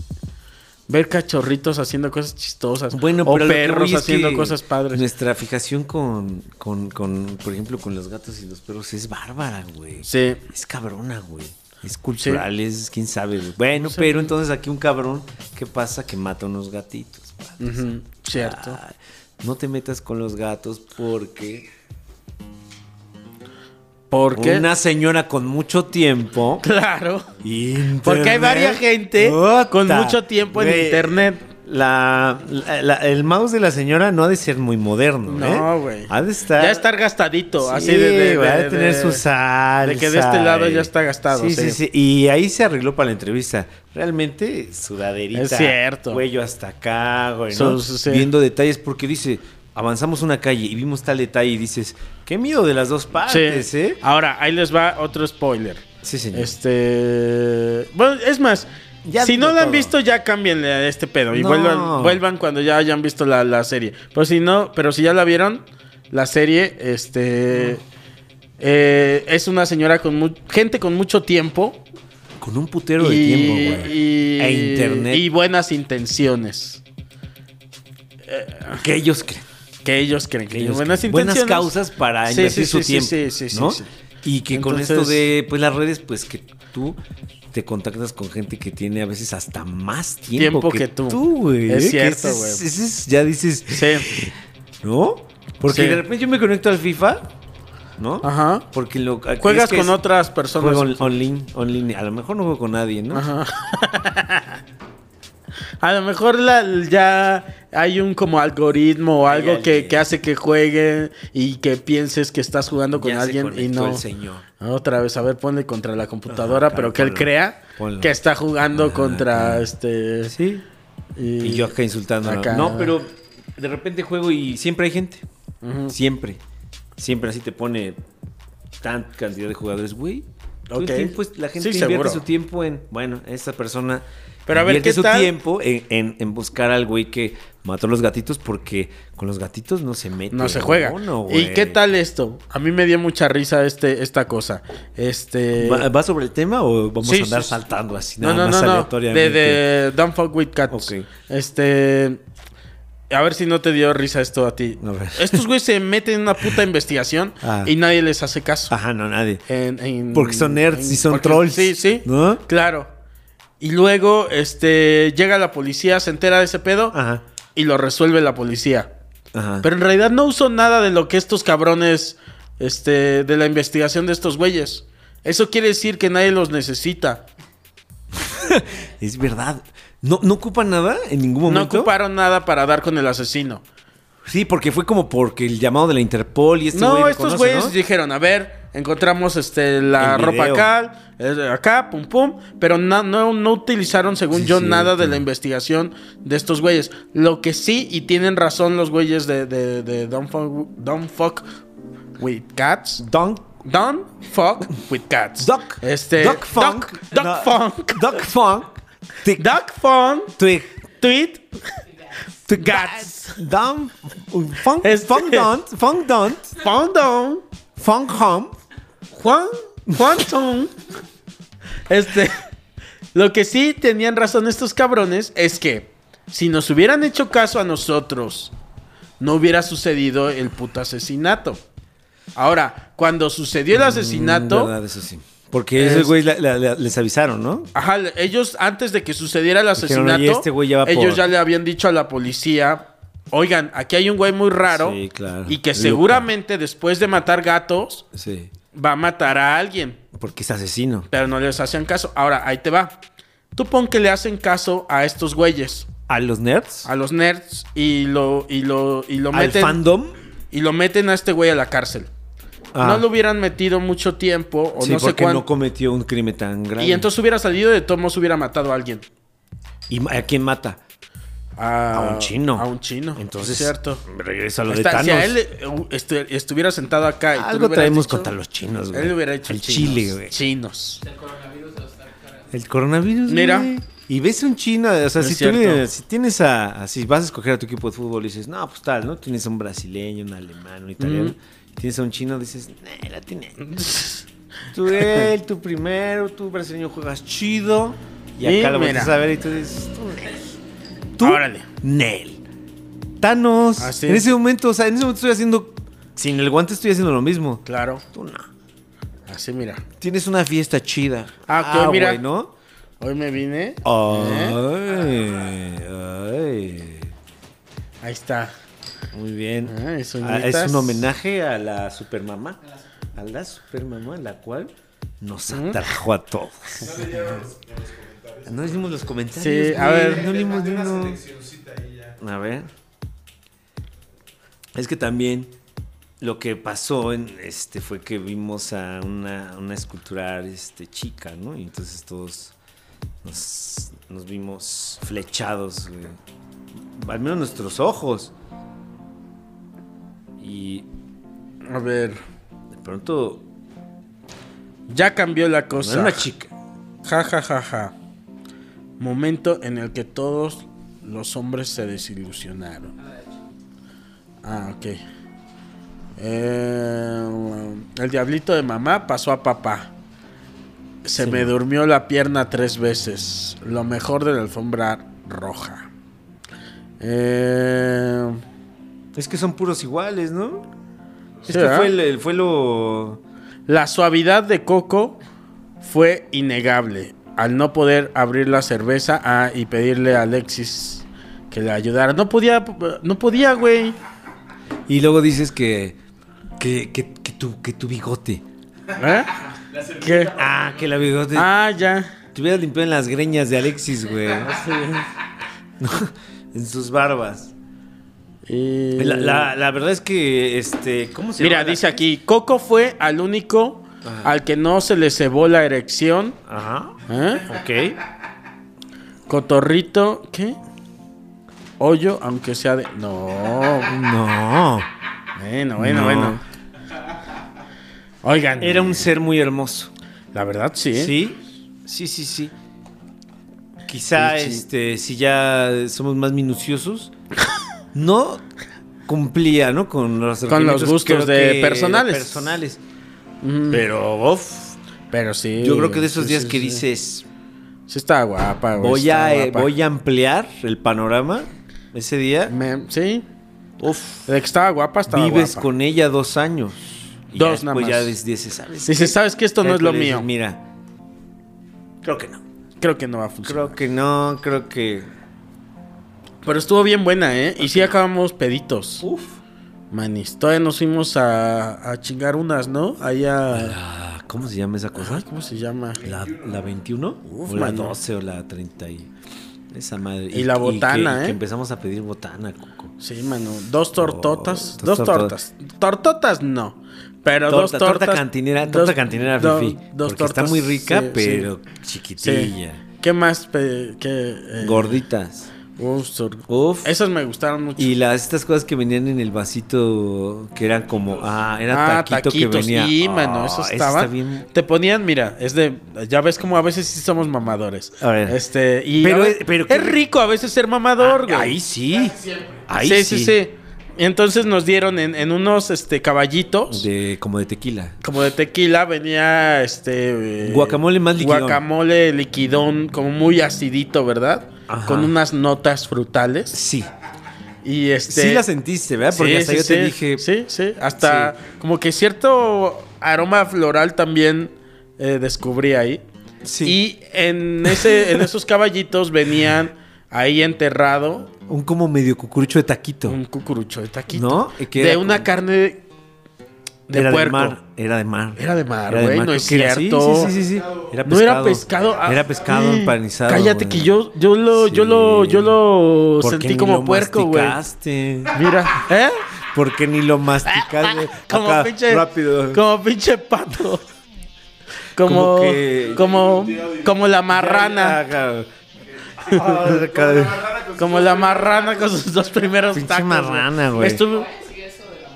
Speaker 1: Ver cachorritos haciendo cosas chistosas.
Speaker 2: Bueno,
Speaker 1: o
Speaker 2: pero lo que
Speaker 1: perros
Speaker 2: voy es
Speaker 1: haciendo
Speaker 2: que
Speaker 1: cosas padres.
Speaker 2: Nuestra fijación con, con, con, por ejemplo, con los gatos y los perros es bárbara, güey.
Speaker 1: Sí.
Speaker 2: Es cabrona, güey. Es cultural, es quién sabe, güey. Bueno, pero entonces aquí un cabrón, ¿qué pasa? Que mata unos gatitos. padre.
Speaker 1: Ujú, Cierto.
Speaker 2: Ah, no te metas con los gatos porque
Speaker 1: ¿Por qué?
Speaker 2: Ah, una señora con mucho tiempo.
Speaker 1: [LAUGHS] Claro.
Speaker 2: Internet.
Speaker 1: Porque hay varias gente
Speaker 2: Puta,
Speaker 1: con mucho tiempo en
Speaker 2: güey.
Speaker 1: internet.
Speaker 2: La, la- la- el mouse de la señora no ha de ser muy moderno, ¿eh?
Speaker 1: No, güey.
Speaker 2: Ha de estar.
Speaker 1: Ya estar gastadito,
Speaker 2: Sí,
Speaker 1: así de, de-
Speaker 2: güey, ha de
Speaker 1: de-
Speaker 2: tener
Speaker 1: de-
Speaker 2: su salsa.
Speaker 1: de que de este lado
Speaker 2: eh.
Speaker 1: ya está gastado,
Speaker 2: Sí, sí,
Speaker 1: sí.
Speaker 2: sí. Y ahí se arregló para la entrevista. Realmente, sudaderita.
Speaker 1: Es cierto.
Speaker 2: Cuello hasta acá, güey.
Speaker 1: Su-
Speaker 2: ¿no?
Speaker 1: su- sí.
Speaker 2: Viendo detalles, porque dice. Avanzamos una calle y vimos tal detalle y dices, qué miedo de las dos partes,
Speaker 1: Sí.
Speaker 2: ¿eh?
Speaker 1: Ahora, ahí les va otro spoiler.
Speaker 2: Sí, señor.
Speaker 1: Este. Bueno, es más.
Speaker 2: Ya
Speaker 1: si
Speaker 2: dilo
Speaker 1: no la han
Speaker 2: todo.
Speaker 1: visto, ya cámbienle a este pedo. Y
Speaker 2: No.
Speaker 1: vuelvan, vuelvan cuando ya hayan visto la, la serie. Pero si no, pero si ya la vieron, la serie, este. eh, es una señora con mu- gente con mucho tiempo.
Speaker 2: Con un putero de tiempo, güey.
Speaker 1: y-
Speaker 2: E internet.
Speaker 1: y buenas intenciones.
Speaker 2: Que ellos creen.
Speaker 1: Que ellos creen que
Speaker 2: Que
Speaker 1: tienen
Speaker 2: ellos
Speaker 1: buenas
Speaker 2: creen.
Speaker 1: intenciones.
Speaker 2: causas para
Speaker 1: Sí,
Speaker 2: invertir
Speaker 1: sí,
Speaker 2: su
Speaker 1: sí, sí,
Speaker 2: tiempo.
Speaker 1: sí, sí, sí,
Speaker 2: ¿no?
Speaker 1: sí.
Speaker 2: Y que
Speaker 1: Entonces-
Speaker 2: con esto de pues las redes, pues que tú te contactas con gente que tiene a veces hasta más tiempo,
Speaker 1: Tiempo que tú.
Speaker 2: güey. ¿eh?
Speaker 1: Es
Speaker 2: Que
Speaker 1: cierto,
Speaker 2: ese
Speaker 1: güey.
Speaker 2: ese es- ya dices,
Speaker 1: Sí.
Speaker 2: ¿no? Porque
Speaker 1: Sí.
Speaker 2: de repente yo me conecto al FIFA, ¿no?
Speaker 1: Ajá.
Speaker 2: Porque lo aquí
Speaker 1: Juegas
Speaker 2: es que
Speaker 1: con
Speaker 2: es-
Speaker 1: otras personas.
Speaker 2: Juego on- online, online. A lo mejor no juego con nadie, ¿no?
Speaker 1: A lo mejor la, ya hay un como algoritmo o
Speaker 2: Hay
Speaker 1: algo que,
Speaker 2: alguien.
Speaker 1: que hace que juegue y que pienses que estás jugando con
Speaker 2: Ya se
Speaker 1: alguien y
Speaker 2: conectó
Speaker 1: no.
Speaker 2: el señor.
Speaker 1: Otra vez, a ver, ponle contra la computadora,
Speaker 2: Ajá,
Speaker 1: pero
Speaker 2: claro,
Speaker 1: que él
Speaker 2: ponlo,
Speaker 1: crea
Speaker 2: ponlo.
Speaker 1: que está jugando
Speaker 2: Ajá,
Speaker 1: contra
Speaker 2: claro.
Speaker 1: este.
Speaker 2: Sí.
Speaker 1: Y,
Speaker 2: Y yo acá insultando.
Speaker 1: Acá.
Speaker 2: No, pero de repente juego y siempre hay gente.
Speaker 1: Ujú.
Speaker 2: Siempre. Siempre así te pone tanta cantidad de jugadores, güey. todo el
Speaker 1: Ok.
Speaker 2: tiempo es- la gente
Speaker 1: Sí,
Speaker 2: invierte
Speaker 1: seguro.
Speaker 2: su tiempo en, bueno, esta persona
Speaker 1: Pero a ver,
Speaker 2: invierte
Speaker 1: ¿qué
Speaker 2: su
Speaker 1: tal?
Speaker 2: tiempo en, en- en buscar al güey que mató a los gatitos porque con los gatitos no se mete.
Speaker 1: No se juega.
Speaker 2: mono,
Speaker 1: ¿Y
Speaker 2: güey.
Speaker 1: qué tal esto? A mí me dio mucha risa este, esta cosa. Este.
Speaker 2: ¿Va, va sobre el tema o vamos
Speaker 1: sí,
Speaker 2: a andar
Speaker 1: sí, sí.
Speaker 2: saltando así?
Speaker 1: No,
Speaker 2: nada
Speaker 1: no,
Speaker 2: más
Speaker 1: no, no. De,
Speaker 2: aleatoriamente?
Speaker 1: de Don't Fuck With Cats.
Speaker 2: Ok.
Speaker 1: Este... A ver si no te dio risa esto a ti.
Speaker 2: A ver.
Speaker 1: Estos güeyes se meten en una puta investigación
Speaker 2: Ah.
Speaker 1: y nadie les hace caso.
Speaker 2: Ajá, no, nadie.
Speaker 1: En- en-
Speaker 2: Porque son nerds
Speaker 1: en-
Speaker 2: y son
Speaker 1: porque-
Speaker 2: trolls,
Speaker 1: Sí, sí.
Speaker 2: ¿no?
Speaker 1: Claro. Y luego este, llega la policía, se entera de ese pedo
Speaker 2: Ajá.
Speaker 1: y lo resuelve la policía.
Speaker 2: Ajá.
Speaker 1: Pero en realidad no usó nada de lo que estos cabrones, este, de la investigación de estos güeyes. Eso quiere decir que nadie los necesita.
Speaker 2: Es verdad. ¿No, ¿No ocupa nada en ningún momento?
Speaker 1: No ocuparon nada para dar con el asesino.
Speaker 2: Sí, porque fue como porque el llamado de la Interpol y este
Speaker 1: no,
Speaker 2: güey lo
Speaker 1: estos
Speaker 2: conoce,
Speaker 1: güeyes
Speaker 2: ¿no?
Speaker 1: dijeron, a ver, encontramos este la
Speaker 2: El
Speaker 1: ropa
Speaker 2: video.
Speaker 1: acá, eh, acá, pum pum, pero na- no, no utilizaron, según
Speaker 2: Sí,
Speaker 1: yo,
Speaker 2: cierto.
Speaker 1: nada de la investigación de estos güeyes. Lo que sí, y tienen razón los güeyes de, de, de Don't, fuck, Don't Fuck With Cats.
Speaker 2: Dunk.
Speaker 1: Don't Fuck With Cats.
Speaker 2: Duck.
Speaker 1: Este,
Speaker 2: Duck Funk.
Speaker 1: Duck, duck
Speaker 2: No,
Speaker 1: Funk.
Speaker 2: Duck Funk. Tic.
Speaker 1: Duck Funk.
Speaker 2: Twig.
Speaker 1: Tweet.
Speaker 2: Twig.
Speaker 1: Gats.
Speaker 2: Dum. Funk.
Speaker 1: Este-
Speaker 2: Funk Dunt. Funk Dunt.
Speaker 1: Fondon.
Speaker 2: Funk Hum.
Speaker 1: Juan, Juan Tong. Este, lo que sí tenían razón estos cabrones es que si nos hubieran hecho caso a nosotros, no hubiera sucedido el puto asesinato. Ahora, cuando sucedió el asesinato,
Speaker 2: Mm, Verdad, eso sí. Porque
Speaker 1: Es-
Speaker 2: esos güeyes la- la- la- les avisaron, ¿no?
Speaker 1: ajá, ellos antes de que sucediera el
Speaker 2: Dijeron,
Speaker 1: asesinato,
Speaker 2: "Oye, este güey ya va por-"
Speaker 1: ellos ya le habían dicho a la policía, oigan, aquí hay un güey muy raro
Speaker 2: Sí, claro.
Speaker 1: y que
Speaker 2: Loco.
Speaker 1: seguramente después de matar gatos
Speaker 2: Sí.
Speaker 1: va a matar a alguien.
Speaker 2: Porque es asesino.
Speaker 1: Pero no les hacían caso. Ahora, ahí te va. Tú pon que le hacen caso a estos güeyes,
Speaker 2: ¿A los nerds?
Speaker 1: a los nerds, y lo, y lo, y Ah, lo
Speaker 2: ¿Al
Speaker 1: meten.
Speaker 2: fandom?
Speaker 1: Y lo meten a este güey a la cárcel.
Speaker 2: Ah.
Speaker 1: No lo hubieran metido mucho tiempo, o
Speaker 2: sí,
Speaker 1: no sé
Speaker 2: porque no
Speaker 1: cuánto.
Speaker 2: cometió un crimen tan grave.
Speaker 1: y entonces hubiera salido de tomos, hubiera matado a alguien.
Speaker 2: ¿Y ma- a quién mata?
Speaker 1: A,
Speaker 2: A un chino.
Speaker 1: Ah, A un chino.
Speaker 2: Entonces,
Speaker 1: es cierto.
Speaker 2: regresa a lo
Speaker 1: Está-
Speaker 2: de
Speaker 1: si a
Speaker 2: Thanos.
Speaker 1: él eh, u- estu- estuviera sentado acá y tú le
Speaker 2: Algo
Speaker 1: hubieras
Speaker 2: traemos
Speaker 1: dicho-
Speaker 2: contra los chinos, güey.
Speaker 1: Él le hubiera hecho
Speaker 2: El
Speaker 1: chinos,
Speaker 2: Chile, güey.
Speaker 1: Chinos.
Speaker 2: El coronavirus,
Speaker 1: Mira.
Speaker 2: güey. Y ves un chino, o sea,
Speaker 1: No
Speaker 2: si,
Speaker 1: es cierto.
Speaker 2: tienes, si tienes a, a- Si vas a escoger a tu equipo de fútbol y dices, no, pues tal, ¿no? Tienes a un brasileño, un alemán, un italiano. Y Tienes a un chino, dices, nah, la tiene. Tú él, tú primero, tú brasileño juegas chido. Y
Speaker 1: Y
Speaker 2: acá lo
Speaker 1: mira.
Speaker 2: vuelves a ver y tú dices, tú, Nel. Tú,
Speaker 1: Órale.
Speaker 2: Nel. Thanos.
Speaker 1: Así
Speaker 2: en
Speaker 1: es.
Speaker 2: ese momento, o sea, en ese momento estoy haciendo. Sin el guante estoy haciendo lo mismo.
Speaker 1: Claro.
Speaker 2: Tú no.
Speaker 1: Así mira.
Speaker 2: Tienes una fiesta chida.
Speaker 1: Ah, ok, mira.
Speaker 2: güey, ¿no?
Speaker 1: Hoy me vine.
Speaker 2: Oh.
Speaker 1: ¿eh?
Speaker 2: Ay, ay.
Speaker 1: Ahí está.
Speaker 2: Muy bien.
Speaker 1: Ah, es un
Speaker 2: Ah,
Speaker 1: gritas.
Speaker 2: es un homenaje a la supermamá. A la supermamá, la cual nos atrajo a todos. No leímos los comentarios.
Speaker 1: Sí, a
Speaker 2: güey,
Speaker 1: ver.
Speaker 2: No leímos ni uno. A ver. Es que también lo que pasó en este fue que vimos a una, una escultural este, chica, ¿no? Y entonces todos nos, nos vimos flechados, güey. Al menos nuestros ojos. Y
Speaker 1: A ver.
Speaker 2: de pronto.
Speaker 1: Ya cambió la
Speaker 2: no
Speaker 1: cosa.
Speaker 2: era una chica.
Speaker 1: Ja, ja, ja, ja. Momento en el que todos los hombres se desilusionaron. Ah, ok. Eh, el diablito de mamá pasó a papá. Se me durmió la pierna tres veces. Lo mejor de la alfombra roja. Eh,
Speaker 2: Es que son puros iguales, ¿no?
Speaker 1: Sí,
Speaker 2: es que
Speaker 1: ¿verdad?
Speaker 2: fue, el- el- fue lo.
Speaker 1: La suavidad de Coco fue innegable al no poder abrir la cerveza ah, y pedirle a Alexis que le ayudara. No podía, no podía, güey.
Speaker 2: Y luego dices que. Que, que, que tu, que tu bigote.
Speaker 1: ¿Eh? ¿Qué?
Speaker 2: Ah, que la bigote.
Speaker 1: Ah, ya.
Speaker 2: Te hubieras limpiado en las greñas de Alexis, güey.
Speaker 1: [LAUGHS]
Speaker 2: No, en sus barbas.
Speaker 1: Y-
Speaker 2: La, la- la verdad es que, este, ¿cómo se
Speaker 1: Eh. Mira,
Speaker 2: llama?
Speaker 1: dice aquí, Coco fue al único
Speaker 2: Ajá.
Speaker 1: al que no se le cebó la erección.
Speaker 2: Ajá,
Speaker 1: ¿Eh?
Speaker 2: ok.
Speaker 1: Cotorrito, ¿qué? Hoyo, aunque sea de... No.
Speaker 2: No.
Speaker 1: Bueno, bueno,
Speaker 2: No.
Speaker 1: bueno. Oigan.
Speaker 2: Era un ser muy hermoso.
Speaker 1: La verdad, sí. ¿eh?
Speaker 2: ¿Sí? Sí, sí, sí. Quizá,
Speaker 1: Sí, sí.
Speaker 2: este, si ya somos más minuciosos, no cumplía, ¿no? Con
Speaker 1: Con
Speaker 2: los,
Speaker 1: los
Speaker 2: requerimientos,
Speaker 1: gustos
Speaker 2: creo
Speaker 1: de
Speaker 2: que
Speaker 1: personales.
Speaker 2: personales.
Speaker 1: Mm,
Speaker 2: Pero, uff,
Speaker 1: Pero sí.
Speaker 2: yo creo que de esos
Speaker 1: sí,
Speaker 2: días
Speaker 1: sí,
Speaker 2: que
Speaker 1: sí.
Speaker 2: dices...
Speaker 1: Sí, está guapa, güey.
Speaker 2: Voy
Speaker 1: está
Speaker 2: a, eh,
Speaker 1: guapa.
Speaker 2: voy a ampliar el panorama ese día.
Speaker 1: Me- sí.
Speaker 2: Uf,
Speaker 1: De que estaba guapa, estaba
Speaker 2: vives
Speaker 1: guapa.
Speaker 2: con ella dos años. Y
Speaker 1: Dos
Speaker 2: ya
Speaker 1: nada
Speaker 2: después
Speaker 1: más.
Speaker 2: ya des- dices, ¿sabes?
Speaker 1: Dice, ¿sabes que Esto no es lo mío.
Speaker 2: Mira, creo que no.
Speaker 1: Creo que no va a funcionar.
Speaker 2: Creo que no, creo que.
Speaker 1: Pero estuvo bien buena, ¿eh? Y sí acabamos peditos.
Speaker 2: Uf.
Speaker 1: Manis. Todavía nos fuimos a, a chingar unas, ¿no? Ahí a...
Speaker 2: La- ¿Cómo se llama esa cosa?
Speaker 1: Ay, ¿Cómo se llama?
Speaker 2: ¿La, la 21?
Speaker 1: Uf,
Speaker 2: o la
Speaker 1: mano.
Speaker 2: 12 o la 30. y- Esa madre.
Speaker 1: Y la botana,
Speaker 2: que- y
Speaker 1: ¿eh?
Speaker 2: que empezamos a pedir botana, Coco.
Speaker 1: Sí, mano. Dos tortotas.
Speaker 2: Oh,
Speaker 1: dos
Speaker 2: dos
Speaker 1: tortas. Tortotas no. Pero
Speaker 2: torta,
Speaker 1: dos tortas.
Speaker 2: torta cantinera,
Speaker 1: dos-
Speaker 2: torta cantinera,
Speaker 1: do-
Speaker 2: Fifi.
Speaker 1: dos
Speaker 2: porque está
Speaker 1: tortas,
Speaker 2: muy rica,
Speaker 1: sí, sí.
Speaker 2: pero
Speaker 1: Sí.
Speaker 2: chiquitilla.
Speaker 1: ¿Qué más? pe- qué, eh,
Speaker 2: Gorditas.
Speaker 1: uf, sor-
Speaker 2: Uf.
Speaker 1: Esas me gustaron mucho.
Speaker 2: Y las estas cosas que venían en el vasito que eran como ah, era
Speaker 1: Ah,
Speaker 2: taquito que
Speaker 1: taquitos.
Speaker 2: venía.
Speaker 1: Sí,
Speaker 2: Ah,
Speaker 1: mano, eso
Speaker 2: ese
Speaker 1: estaba.
Speaker 2: está bien.
Speaker 1: Te ponían, mira, es de. Ya ves como a veces sí somos mamadores.
Speaker 2: A ver.
Speaker 1: Este, y
Speaker 2: Pero
Speaker 1: a
Speaker 2: es-
Speaker 1: ve-
Speaker 2: pero
Speaker 1: es
Speaker 2: que-
Speaker 1: rico a veces ser mamador, güey.
Speaker 2: Ah, ahí sí.
Speaker 3: Siempre.
Speaker 2: Ahí
Speaker 1: sí,
Speaker 2: sí.
Speaker 1: sí, sí. Y entonces nos dieron en, en unos este caballitos.
Speaker 2: De como de tequila.
Speaker 1: Como de tequila venía este eh,
Speaker 2: Guacamole más liquidón.
Speaker 1: Guacamole liquidón, como muy acidito, ¿verdad?
Speaker 2: Ajá.
Speaker 1: Con unas notas frutales.
Speaker 2: Sí.
Speaker 1: Y este
Speaker 2: Sí la sentiste, ¿verdad? Ah, Porque
Speaker 1: sí,
Speaker 2: hasta
Speaker 1: sí,
Speaker 2: yo te
Speaker 1: sí.
Speaker 2: dije,
Speaker 1: Sí, sí. Hasta como que cierto aroma floral también eh, descubrí ahí.
Speaker 2: sí,
Speaker 1: Y en, ese, en esos caballitos venían ahí enterrado
Speaker 2: un como medio cucurucho de taquito,
Speaker 1: un cucurucho de taquito.
Speaker 2: ¿no? Y que
Speaker 1: De
Speaker 2: era
Speaker 1: una
Speaker 2: como-
Speaker 1: carne de, de
Speaker 2: era
Speaker 1: puerco.
Speaker 2: De mar, era de mar.
Speaker 1: Era de mar,
Speaker 2: Era de
Speaker 1: güey,
Speaker 2: mar,
Speaker 1: no
Speaker 2: creo
Speaker 1: es
Speaker 2: que era- sí,
Speaker 1: cierto.
Speaker 2: Sí, sí, sí, sí.
Speaker 1: no era pescado. ah,
Speaker 2: Era pescado
Speaker 1: eh,
Speaker 2: empanizado.
Speaker 1: Cállate
Speaker 2: güey.
Speaker 1: que yo, yo lo, yo lo, yo lo
Speaker 2: Sí. ¿Por qué
Speaker 1: sentí
Speaker 2: ni
Speaker 1: como
Speaker 2: lo
Speaker 1: puerco, güey.
Speaker 2: masticaste?
Speaker 1: Mira, ¿eh?
Speaker 2: Porque ni lo masticaste.
Speaker 1: [LAUGHS] Como
Speaker 2: Acá,
Speaker 1: pinche.
Speaker 2: Rápido.
Speaker 1: Como pinche pato. Como,
Speaker 2: Como
Speaker 1: como,
Speaker 2: que-
Speaker 1: como, la marrana.
Speaker 2: Acá. Ah, acá.
Speaker 1: Como la marrana con sus dos primeros
Speaker 2: Pinche
Speaker 1: tacos. güey.
Speaker 2: marrana, güey.
Speaker 1: Estuvo-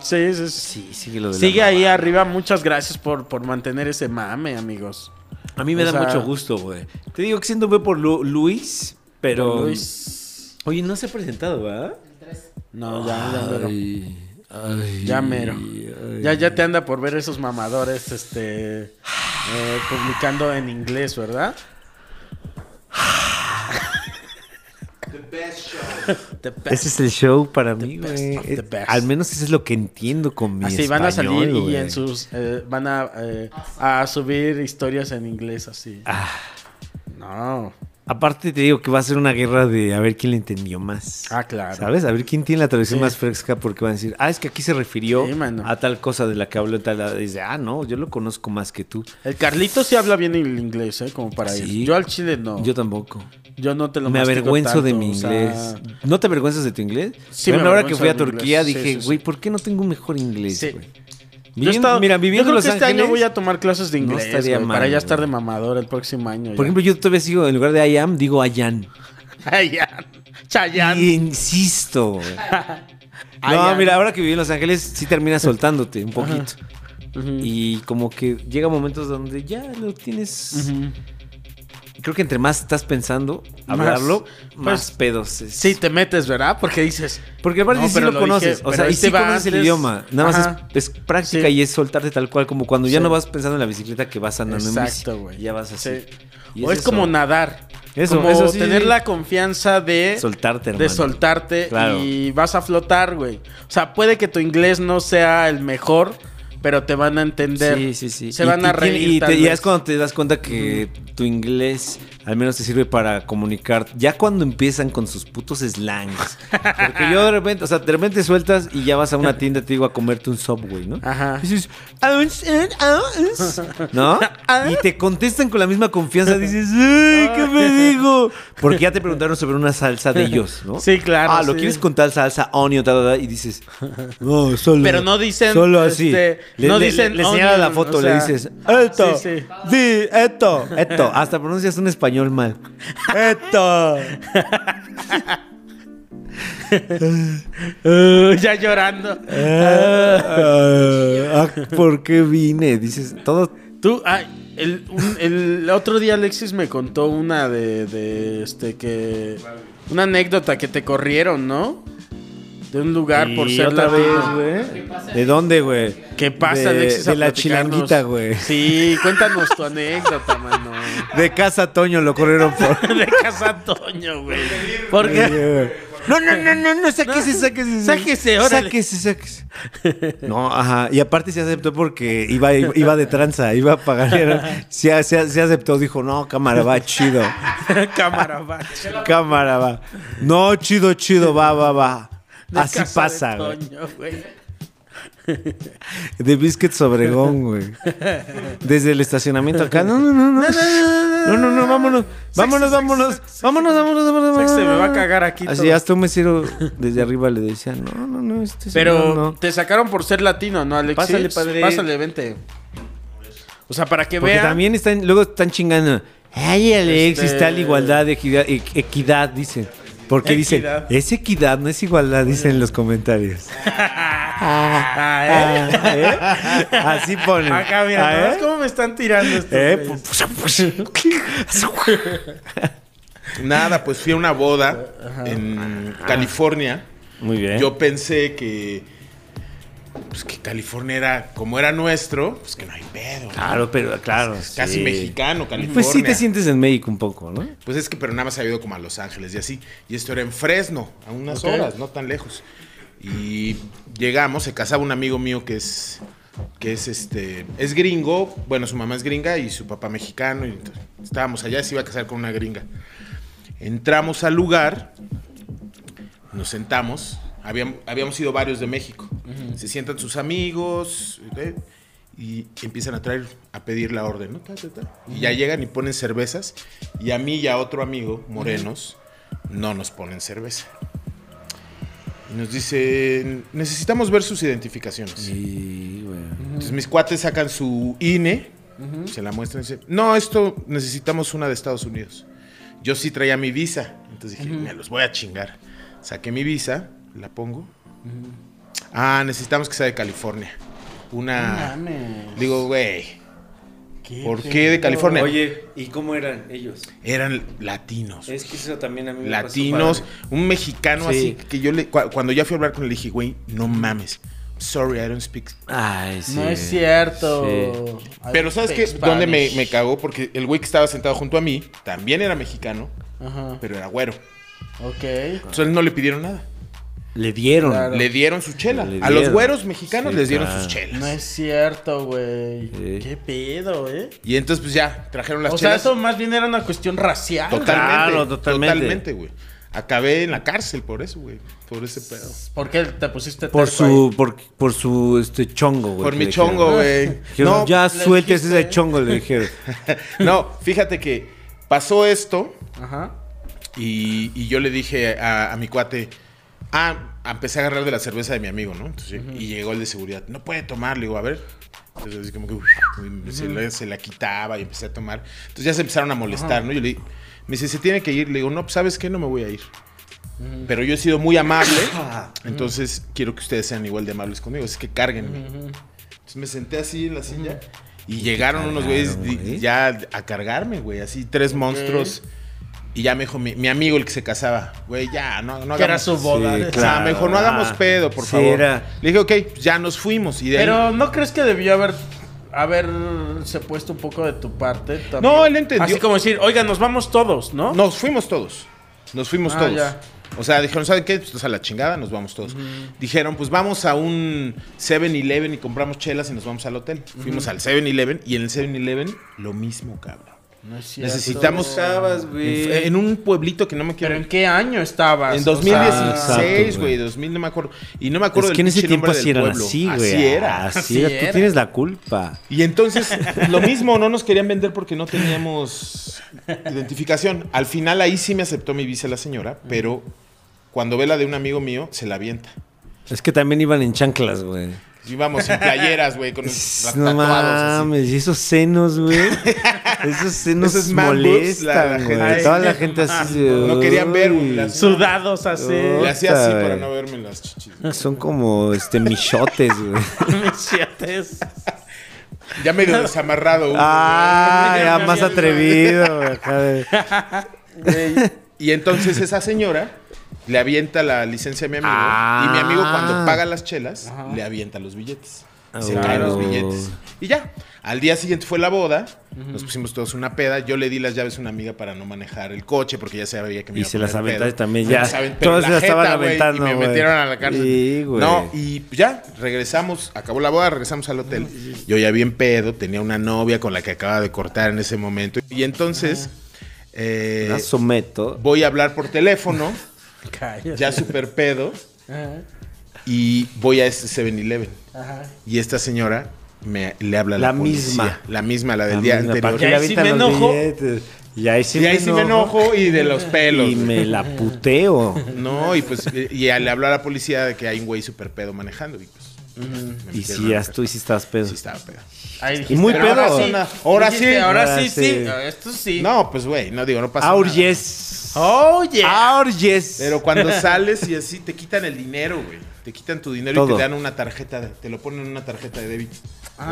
Speaker 1: Sí, sí, sí.
Speaker 2: Sí, sigue lo de la
Speaker 1: Sigue
Speaker 2: mamá.
Speaker 1: ahí arriba. Muchas gracias por, por mantener ese mame, amigos.
Speaker 2: A mí me
Speaker 1: O
Speaker 2: da
Speaker 1: sea-
Speaker 2: mucho gusto, güey. Te digo que siento, güey, por Lu- Luis, pero.
Speaker 1: Luis.
Speaker 2: Oye, no se ha presentado, ¿verdad?
Speaker 1: No, ya, ya, mero.
Speaker 2: Ay, ay,
Speaker 1: Ya mero.
Speaker 2: ay.
Speaker 1: Ya, ya te anda por ver esos mamadores este, eh, publicando en inglés, ¿verdad? The best
Speaker 2: Ese es el show para mí,
Speaker 1: best
Speaker 2: güey.
Speaker 1: of the
Speaker 2: Es-
Speaker 1: best.
Speaker 2: Al menos eso es lo que entiendo con mi
Speaker 1: Así van a
Speaker 2: español,
Speaker 1: salir y
Speaker 2: güey.
Speaker 1: en sus eh, van a, eh, a subir historias en inglés así.
Speaker 2: Ah,
Speaker 1: No.
Speaker 2: aparte te digo que va a ser una guerra de a ver quién le entendió más.
Speaker 1: Ah, claro.
Speaker 2: ¿Sabes? A ver quién tiene la traducción
Speaker 1: Sí.
Speaker 2: más fresca porque van a decir, ah, es que aquí se refirió
Speaker 1: Sí, mano.
Speaker 2: a tal cosa de la que habló tal. Dice, ah, no, yo lo conozco más que tú.
Speaker 1: El Carlito sí habla bien el inglés, ¿eh? Como para
Speaker 2: Sí.
Speaker 1: ir. Yo al chile no.
Speaker 2: Yo
Speaker 1: Yo,
Speaker 2: tampoco.
Speaker 1: no te lo
Speaker 2: me
Speaker 1: mastico
Speaker 2: avergüenzo de
Speaker 1: tanto,
Speaker 2: mi
Speaker 1: o sea,
Speaker 2: inglés. ¿No te avergüenzas de tu
Speaker 1: Sí,
Speaker 2: inglés? Por
Speaker 1: me
Speaker 2: ejemplo, ahora que
Speaker 1: avergüenzo
Speaker 2: fui a
Speaker 1: de mi
Speaker 2: Turquía
Speaker 1: inglés. Sí,
Speaker 2: dije,
Speaker 1: sí, sí.
Speaker 2: güey, ¿por qué no tengo un mejor inglés,
Speaker 1: Sí.
Speaker 2: güey?
Speaker 1: yo he
Speaker 2: Viviendo-
Speaker 1: estado-
Speaker 2: mira, viviendo
Speaker 1: yo creo
Speaker 2: en Los
Speaker 1: que este año
Speaker 2: Ángeles,
Speaker 1: voy a tomar clases de
Speaker 2: no
Speaker 1: inglés
Speaker 2: estaría
Speaker 1: güey,
Speaker 2: mal,
Speaker 1: para ya estar de
Speaker 2: güey.
Speaker 1: mamador el próximo año. [LAUGHS]
Speaker 2: Por ejemplo, yo todavía sigo, en lugar de I am, digo I am.
Speaker 1: Chayan.
Speaker 2: Y insisto. güey.
Speaker 1: [LAUGHS] I
Speaker 2: no,
Speaker 1: am.
Speaker 2: mira, ahora que viví en Los Ángeles,
Speaker 1: [LAUGHS]
Speaker 2: sí terminas soltándote un poquito. Y como que llega momentos donde ya lo tienes. Creo que entre más estás pensando hablarlo, más,
Speaker 1: pues,
Speaker 2: pedos. es.
Speaker 1: Sí, te metes, ¿verdad? Porque dices.
Speaker 2: Porque aparte
Speaker 1: No,
Speaker 2: sí
Speaker 1: pero
Speaker 2: lo,
Speaker 1: lo
Speaker 2: conoces.
Speaker 1: dije,
Speaker 2: o
Speaker 1: pero
Speaker 2: sea,
Speaker 1: ahí
Speaker 2: y
Speaker 1: te
Speaker 2: sí
Speaker 1: va
Speaker 2: conoces el
Speaker 1: antes.
Speaker 2: idioma. Nada
Speaker 1: Ajá.
Speaker 2: más es, es práctica
Speaker 1: Sí.
Speaker 2: y es soltarte tal cual, como cuando ya
Speaker 1: Sí.
Speaker 2: no vas pensando en la bicicleta que vas andando
Speaker 1: Exacto,
Speaker 2: en bici.
Speaker 1: güey.
Speaker 2: Ya vas así.
Speaker 1: Sí.
Speaker 2: Y
Speaker 1: O es
Speaker 2: eso.
Speaker 1: como nadar.
Speaker 2: Eso,
Speaker 1: como
Speaker 2: eso sí.
Speaker 1: tener la confianza de
Speaker 2: Soltarte, hermano.
Speaker 1: de soltarte
Speaker 2: Claro.
Speaker 1: y vas a flotar, güey. O sea, puede que tu inglés no sea el mejor, pero te van a entender.
Speaker 2: Sí, sí, sí.
Speaker 1: Se
Speaker 2: Y-
Speaker 1: van
Speaker 2: y
Speaker 1: a
Speaker 2: tiene-
Speaker 1: reír.
Speaker 2: Y,
Speaker 1: tal
Speaker 2: te- y
Speaker 1: vez.
Speaker 2: es cuando te das cuenta que tu inglés al menos te sirve para comunicar. Ya cuando empiezan con sus
Speaker 1: [LAUGHS]
Speaker 2: putos slangs. Porque yo de repente, o sea, de repente sueltas y ya vas a una tienda, te digo, a comerte un subway, ¿no?
Speaker 1: Ajá. [LAUGHS]
Speaker 2: Y dices, "Ounce, un, ounce", [LAUGHS] ¿no? Y te contestan con la misma confianza. Dices, "Ay, ¿qué me digo? Porque ya te preguntaron sobre una salsa de ellos, ¿no?
Speaker 1: Sí, claro,
Speaker 2: Ah, lo
Speaker 1: sí.
Speaker 2: quieres con tal salsa, onion, tal, tal, tal", y dices, no, solo.
Speaker 1: Pero no dicen,
Speaker 2: Solo así.
Speaker 1: este,
Speaker 2: le,
Speaker 1: no
Speaker 2: le-
Speaker 1: dicen
Speaker 2: Le, señala la
Speaker 1: onion,
Speaker 2: foto,
Speaker 1: o
Speaker 2: le
Speaker 1: sea,
Speaker 2: dices, esto.
Speaker 1: sí, sí.
Speaker 2: Di, esto, esto. Hasta pronuncias un español
Speaker 1: [LAUGHS]
Speaker 2: mal. Esto.
Speaker 1: Uh, ya llorando.
Speaker 2: Ah, ¿Por qué vine? Dices, todo.
Speaker 1: Tú, ay, el, un- el otro día Alexis me contó una de, de, este que una anécdota que te corrieron, ¿no? De un lugar por
Speaker 2: Y
Speaker 1: ser
Speaker 2: otra vez,
Speaker 1: latino.
Speaker 2: güey. ¿De dónde, güey?
Speaker 1: ¿Qué pasa,
Speaker 2: De-
Speaker 1: Alexis? a
Speaker 2: De la
Speaker 1: platicarnos?
Speaker 2: chilanguita, güey.
Speaker 1: Sí, cuéntanos tu anécdota,
Speaker 2: [LAUGHS]
Speaker 1: mano.
Speaker 2: De casa Toño lo corrieron
Speaker 1: [LAUGHS]
Speaker 2: por.
Speaker 1: De casa Toño, güey. Porque
Speaker 2: No, no, no, no, no, sáquese, sáquese.
Speaker 1: Sáquese, órale.
Speaker 2: Sáquese, sáquese. No, ajá. Y aparte se aceptó porque iba, iba de tranza, iba a pagar. Se, se- se aceptó, dijo, no, cámara, va, chido.
Speaker 1: [LAUGHS] cámara
Speaker 2: [LAUGHS]
Speaker 1: va.
Speaker 2: Cámara, va. No, chido, chido, va, va, va.
Speaker 1: De
Speaker 2: Así
Speaker 1: casa de
Speaker 2: pasa, güey.
Speaker 1: Toño, güey.
Speaker 2: De Biscuits Obregón, güey. Desde el estacionamiento acá. No, no, no, no. No, no, no, vámonos. Vámonos, vámonos. Vámonos, vámonos, vámonos.
Speaker 4: Sex, se me va a
Speaker 2: vámonos.
Speaker 4: cagar aquí.
Speaker 2: Así
Speaker 4: todo.
Speaker 2: hasta un mesero desde arriba le decía, no, no, no, este
Speaker 1: Pero
Speaker 2: señor no.
Speaker 1: te sacaron por ser latino, ¿no, Alexis?
Speaker 2: Pásale, padre.
Speaker 1: Pásale, vente. O sea, para que
Speaker 2: Porque
Speaker 1: vean. [LAUGHS]
Speaker 2: también están, luego están chingando. Ay, Alex,
Speaker 1: Este-
Speaker 2: está la igualdad, equidad, e- equidad, dicen. Porque dicen,
Speaker 4: Equidad.
Speaker 2: es equidad, no es igualdad, dicen en los comentarios.
Speaker 4: Ah, ¿eh?
Speaker 2: Ah, ¿eh? Así ponen.
Speaker 4: Acá, mira,
Speaker 2: Ah,
Speaker 4: ¿no
Speaker 2: ¿eh?
Speaker 4: ves cómo me están tirando estos
Speaker 2: Eh,
Speaker 4: güeyes?
Speaker 5: Nada, pues fui a una boda en California.
Speaker 2: Muy bien.
Speaker 5: Yo pensé que. Pues que California era. Como era nuestro, pues que no hay pedo.
Speaker 2: Claro, pero claro.
Speaker 5: Casi
Speaker 2: Ah, sí.
Speaker 5: mexicano, California.
Speaker 2: Pues sí te sientes en México un poco, ¿no?
Speaker 5: Pues es que, pero nada más había ido como a Los Ángeles y así. Y esto era en Fresno, a unas
Speaker 1: Ok.
Speaker 5: horas, no tan lejos. Y llegamos, se casaba un amigo mío que es, que es este, es gringo. Bueno, su mamá es gringa y su papá mexicano. Y entonces estábamos allá, se iba a casar con una gringa. Entramos al lugar, nos sentamos. Habíamos, habíamos ido varios de México. Se sientan sus amigos ¿eh? y empiezan a traer, a pedir la orden, ¿no? Ta, ta, ta. Y ya llegan y ponen cervezas. Y a mí y a otro amigo, morenos, no nos ponen cerveza. Y nos dicen, necesitamos ver sus identificaciones.
Speaker 2: Sí, güey.
Speaker 5: Entonces mis cuates sacan su INE, se la muestran y dicen, no, esto necesitamos una de Estados Unidos. Yo sí traía mi visa, entonces dije, me los voy a chingar. Saqué mi visa, la pongo. Ah, necesitamos que sea de California. Una...
Speaker 1: Mames.
Speaker 5: digo, güey, ¿por qué de California?
Speaker 2: Oye, ¿y cómo eran ellos?
Speaker 5: Eran latinos.
Speaker 2: Es que eso también a mí
Speaker 5: latinos, un mexicano
Speaker 2: Sí.
Speaker 5: así que yo le... cua- Cuando ya fui a hablar con él, le dije, güey, no mames. Sorry, I don't speak
Speaker 2: Ay, sí.
Speaker 1: No es cierto.
Speaker 2: Sí.
Speaker 1: Ay,
Speaker 5: Pero ¿sabes qué?
Speaker 1: Spanish.
Speaker 5: ¿Dónde me, me cagó? Porque el güey que estaba sentado junto a mí también era mexicano,
Speaker 1: Ajá.
Speaker 5: pero era güero.
Speaker 1: Ok.
Speaker 5: Entonces no le pidieron nada.
Speaker 2: Le dieron.
Speaker 1: Claro.
Speaker 5: Le dieron su chela.
Speaker 2: Le
Speaker 5: A los
Speaker 2: dieron.
Speaker 5: güeros mexicanos
Speaker 2: Sí,
Speaker 5: les dieron
Speaker 2: claro.
Speaker 5: sus chelas.
Speaker 1: No es cierto, güey.
Speaker 2: Sí.
Speaker 1: Qué pedo, ¿eh?
Speaker 5: Y entonces pues ya, trajeron las
Speaker 1: o sea,
Speaker 5: chelas.
Speaker 1: eso más bien era una cuestión racial.
Speaker 5: Totalmente.
Speaker 2: Claro, totalmente.
Speaker 5: totalmente. güey. Acabé en la cárcel por eso, güey. Por ese pedo.
Speaker 1: ¿Por qué te pusiste
Speaker 2: Por
Speaker 1: terco ahí?
Speaker 2: su, por, por su este chongo, güey.
Speaker 5: Por
Speaker 2: que
Speaker 5: mi
Speaker 2: le
Speaker 5: chongo,
Speaker 2: dijeron. [LAUGHS]
Speaker 5: güey.
Speaker 2: Dijeron,
Speaker 5: No,
Speaker 2: ya
Speaker 1: le
Speaker 2: sueltes
Speaker 1: dijiste.
Speaker 2: ese chongo, le dijeron.
Speaker 5: [LAUGHS] no, fíjate que pasó esto.
Speaker 1: Ajá.
Speaker 5: Y, y yo le dije a, a mi cuate, ah, empecé a agarrar de la cerveza de mi amigo, ¿no? Entonces, Y llegó el de seguridad, no puede tomar, le digo, a ver. Entonces, así como que uy, uy, se, la, se la quitaba y empecé a tomar. Entonces ya se empezaron a molestar, ¿no? Yo le me dice, se tiene que ir. Le digo, no, pues, ¿sabes qué? No me voy a ir. Pero yo he sido
Speaker 2: [COUGHS]
Speaker 5: muy amable, entonces quiero que ustedes sean igual de amables conmigo, es que cárguenme. Entonces me senté así en la silla y llegaron unos güeyes
Speaker 2: cargaron,
Speaker 5: di-
Speaker 2: güey.
Speaker 5: ya a cargarme, güey, así tres monstruos. Y ya me dijo mi, mi amigo el que se casaba, güey, ya, no, no
Speaker 1: Que era
Speaker 5: hagamos-
Speaker 1: su boda.
Speaker 2: Sí,
Speaker 5: O sea,
Speaker 2: claro,
Speaker 5: me dijo, no
Speaker 2: ah,
Speaker 5: hagamos pedo, por
Speaker 2: sí,
Speaker 5: favor.
Speaker 2: era-
Speaker 5: Le dije, ok, pues ya nos fuimos. Y de ahí-
Speaker 1: Pero ¿no crees que debió haber haberse puesto un poco de tu parte? también?
Speaker 5: No, él entendió.
Speaker 1: Así como decir, oiga, nos vamos todos, ¿no?
Speaker 5: nos fuimos todos. Nos fuimos
Speaker 1: Ah,
Speaker 5: todos.
Speaker 1: ya.
Speaker 5: O sea, dijeron, ¿saben qué? Pues a la chingada nos vamos todos. Dijeron, pues vamos a un 7-Eleven y compramos chelas y nos vamos al hotel. Fuimos al 7-Eleven y en el 7-Eleven lo mismo, cabrón.
Speaker 1: No es cierto.
Speaker 5: Necesitamos... en, en un pueblito que no me quiero...
Speaker 1: ¿Pero en qué año estabas?
Speaker 5: En
Speaker 1: O sea,
Speaker 5: 2016,
Speaker 2: Exacto, güey.
Speaker 5: güey, 2000, no me acuerdo. Y no me acuerdo
Speaker 2: Es que en ese
Speaker 5: pinche
Speaker 2: tiempo
Speaker 5: nombre
Speaker 2: así
Speaker 5: del
Speaker 2: eran
Speaker 5: pueblo.
Speaker 2: así, güey.
Speaker 5: Así era.
Speaker 2: Así,
Speaker 1: así
Speaker 2: era.
Speaker 1: era.
Speaker 2: Tú tienes la culpa.
Speaker 5: Y entonces, lo mismo, no nos querían vender porque no teníamos identificación. Al final ahí sí me aceptó mi visa la señora, pero cuando ve la de un amigo mío, se la avienta.
Speaker 2: Es que también iban en chanclas, güey.
Speaker 5: Íbamos en playeras, güey, con los
Speaker 2: [LAUGHS] No
Speaker 5: tatuados así.
Speaker 2: mames, y esos senos,
Speaker 5: [LAUGHS]
Speaker 2: güey. Esos senos
Speaker 5: Esos man boobs,
Speaker 2: molestan,
Speaker 5: la- la
Speaker 2: güey.
Speaker 5: gente-
Speaker 2: Toda la gente así. de-
Speaker 5: No querían ver, güey, las-
Speaker 1: Sudados así. [LAUGHS]
Speaker 5: Le
Speaker 2: Uy.
Speaker 5: hacía así
Speaker 2: puta,
Speaker 5: para
Speaker 2: güey.
Speaker 5: no verme las chichis.
Speaker 2: Son como este michotes,
Speaker 5: [LAUGHS]
Speaker 2: güey.
Speaker 1: Mechetes.
Speaker 5: Ya
Speaker 2: [LAUGHS]
Speaker 5: medio desamarrado. uno,
Speaker 2: Ah,
Speaker 1: ya
Speaker 2: ya
Speaker 1: me
Speaker 2: más
Speaker 1: había-
Speaker 2: atrevido,
Speaker 5: [LAUGHS]
Speaker 2: güey. acá
Speaker 5: Eh,
Speaker 2: de-
Speaker 5: güey. Y entonces esa señora le avienta la licencia a mi amigo.
Speaker 2: Ah.
Speaker 5: Y mi amigo cuando paga las chelas, le avienta los billetes. Se
Speaker 2: Oh.
Speaker 5: caen los billetes. Y ya. Al día siguiente fue la boda. Nos pusimos todos una peda. Yo le di las llaves a una amiga para no manejar el coche porque ya sabía que me
Speaker 2: Y
Speaker 5: iba a
Speaker 2: se
Speaker 5: poner
Speaker 2: las aventaste
Speaker 5: pedo.
Speaker 2: también,
Speaker 5: Me
Speaker 2: ya.
Speaker 5: las aventé, pero
Speaker 2: Todos
Speaker 5: la
Speaker 2: se las estaban
Speaker 5: jeta, güey,
Speaker 2: aventando,
Speaker 5: Y me
Speaker 2: güey.
Speaker 5: metieron a la cárcel.
Speaker 2: Sí, güey.
Speaker 5: No, y pues ya. Regresamos. Acabó la boda, regresamos al hotel. Yo ya bien pedo. Tenía una novia con la que acababa de cortar en ese momento. Y entonces... eh,
Speaker 2: La someto.
Speaker 5: voy a hablar por teléfono, [LAUGHS]
Speaker 1: Cállate.
Speaker 5: ya super pedo,
Speaker 1: Ajá.
Speaker 5: Y voy a este 7-Eleven.
Speaker 1: Ajá.
Speaker 5: Y esta señora me, le habla a la,
Speaker 2: La
Speaker 5: policía.
Speaker 2: misma.
Speaker 5: La misma, la del día anterior.
Speaker 2: Y
Speaker 5: Y
Speaker 1: qué?
Speaker 5: ahí,
Speaker 2: ahí sí me enojo. Y ahí sí, me,
Speaker 5: sí me enojo y de los pelos.
Speaker 2: Y me la
Speaker 5: [LAUGHS]
Speaker 2: puteo.
Speaker 5: No, y pues y le habló a la policía de que hay un güey super pedo manejando. Y pues. me
Speaker 2: y
Speaker 5: metieron
Speaker 2: si
Speaker 5: a la
Speaker 2: ya tú sí estás pedo.
Speaker 5: cárcel. Sí, estaba pedo.
Speaker 1: Ahí
Speaker 2: Y muy
Speaker 5: Pero ahora
Speaker 2: pedo.
Speaker 5: sí, na- ahora sí.
Speaker 3: Dijiste, Ahora
Speaker 2: Ahora
Speaker 3: sí,
Speaker 2: sí.
Speaker 3: sí. Esto sí.
Speaker 5: No, pues güey, no digo, no pasa
Speaker 2: Our
Speaker 5: nada.
Speaker 2: yes.
Speaker 1: Oh, yeah.
Speaker 2: Our yes.
Speaker 5: Pero
Speaker 1: [LAUGHS]
Speaker 5: cuando sales y así te quitan el dinero, güey. Te quitan tu dinero y
Speaker 2: Todo.
Speaker 5: te dan una tarjeta, de- te lo ponen en una tarjeta de débito.